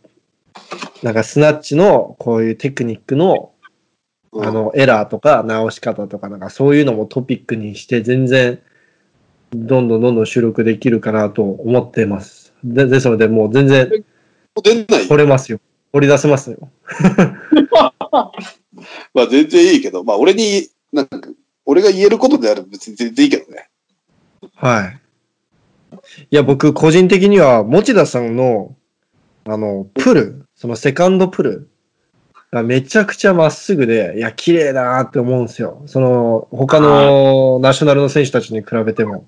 [SPEAKER 1] なんかスナッチのこういうテクニックの
[SPEAKER 3] うん
[SPEAKER 1] あのエラーとか直し方とかなんかそういうのもトピックにして全然どんどんどんどん収録できるかなと思ってます。でですのでもう全然
[SPEAKER 3] 出ない
[SPEAKER 1] 掘れますよ。掘り出せますよ。
[SPEAKER 3] まあ全然いいけど、まあ俺に、なんか、俺が言えることであれば別に全然いいけどね。
[SPEAKER 1] はい。いや僕個人的には持田さんのあのプル、そのセカンドプルがめちゃくちゃまっすぐで、いや綺麗だなって思うんですよ。その他のナショナルの選手たちに比べても。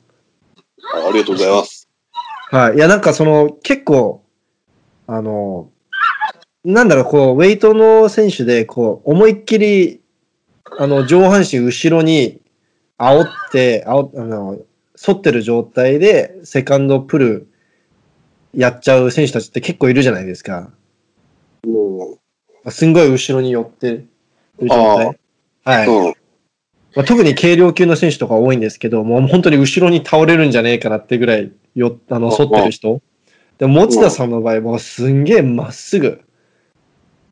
[SPEAKER 3] あありがとうございます。
[SPEAKER 1] はい。いや、なんかその、結構、あの、なんだろう、こう、ウェイトの選手で、こう、思いっきり、あの、上半身後ろに煽って、煽あの、反ってる状態で、セカンドプルやっちゃう選手たちって結構いるじゃないですか。
[SPEAKER 3] うん。
[SPEAKER 1] すんごい後ろに寄ってる状態。はい。
[SPEAKER 3] うん。
[SPEAKER 1] まあ、特に軽量級の選手とか多いんですけど、もう本当に後ろに倒れるんじゃねえかなってぐらいよ、あの、
[SPEAKER 3] うん
[SPEAKER 1] 反ってる人。でも、持田さんの場合、もうすんげえまっすぐ。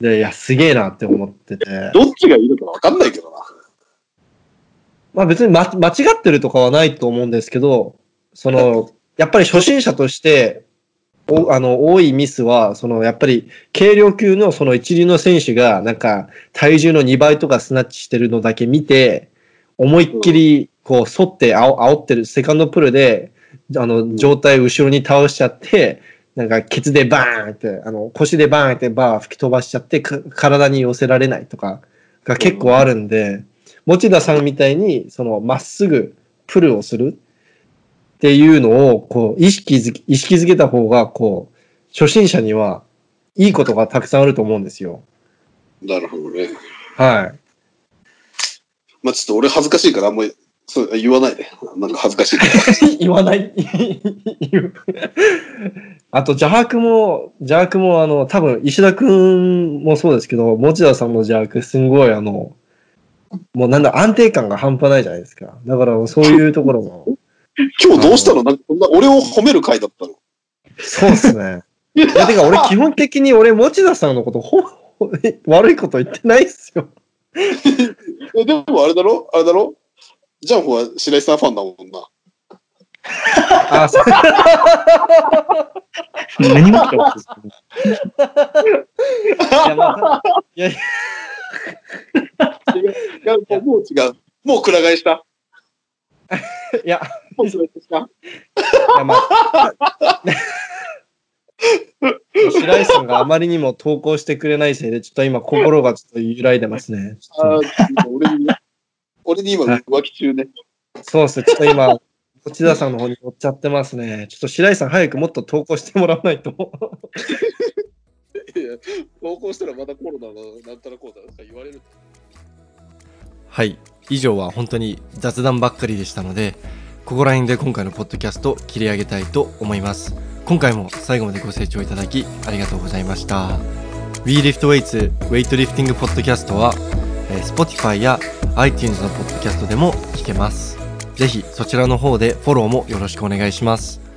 [SPEAKER 1] で、いや、すげえなって思ってて。
[SPEAKER 3] どっちがいいのかわかんないけどな。
[SPEAKER 1] まあ別に、ま、間違ってるとかはないと思うんですけど、その、やっぱり初心者として、おあの、多いミスは、その、やっぱり、軽量級のその一流の選手が、なんか、体重の2倍とかスナッチしてるのだけ見て、思いっきり、こう、反って、あお煽ってる、セカンドプルで、あの、上体後ろに倒しちゃって、なんか、ケツでバーンって、あの、腰でバーンってバー吹き飛ばしちゃって、か体に寄せられないとか、が結構あるんで、持田さんみたいに、その、まっすぐ、プルをするっていうのを、こう、意識づけ、意識づけた方が、こう、初心者には、いいことがたくさんあると思うんですよ。
[SPEAKER 3] なるほどね。
[SPEAKER 1] はい。
[SPEAKER 3] まあちょっと俺恥ずかしいからあんまりそう言わないで。なんか恥ずかしいから。
[SPEAKER 1] 言わない。言うあと、邪悪も、邪悪も、あの、多分、石田くんもそうですけど、持田さんの邪悪、すんごい、あの、もうなんだ、安定感が半端ないじゃないですか。だから、そういうところ も。
[SPEAKER 3] 今日どうしたのなんかこんな俺を褒める回だったの。
[SPEAKER 1] そうですね。いや、てか、俺、基本的に、俺、持田さんのこと、ほ、ほ悪いこと言ってないっす よ。
[SPEAKER 3] えでもあれだろあれだろジャンプは白井さんファンだもんな。
[SPEAKER 1] あ、そう
[SPEAKER 2] 何も聞かないです。
[SPEAKER 1] いや、まあ、いやいや
[SPEAKER 3] いや、もうもう違う。もうくら替えした。
[SPEAKER 1] いや、
[SPEAKER 3] もうくら替えした。
[SPEAKER 1] いやまあ白石さんがあまりにも投稿してくれないせいで、ちょっと今心がちょっと揺らいでますね。ち
[SPEAKER 3] あ
[SPEAKER 1] ょっ
[SPEAKER 3] ー俺に、俺に今浮気中ね。
[SPEAKER 1] とそうですね、ちょっと 今、持田さんの方に乗っちゃってますね。ちょっと白石さん早くもっと投稿してもらわないと。
[SPEAKER 3] いや投稿したらまたコロナがなんたらこうだとか言われる。
[SPEAKER 1] はい以上は本当に雑談ばっかりでしたのでここら辺で今回のポッドキャストを切り上げたいと思います今回も最後までご清聴いただきありがとうございました WeLiftWeights ウェイトリフティングポッドキャストはえー Spotify や iTunes のポッドキャストでも聞けますぜひそちらの方でフォローもよろしくお願いします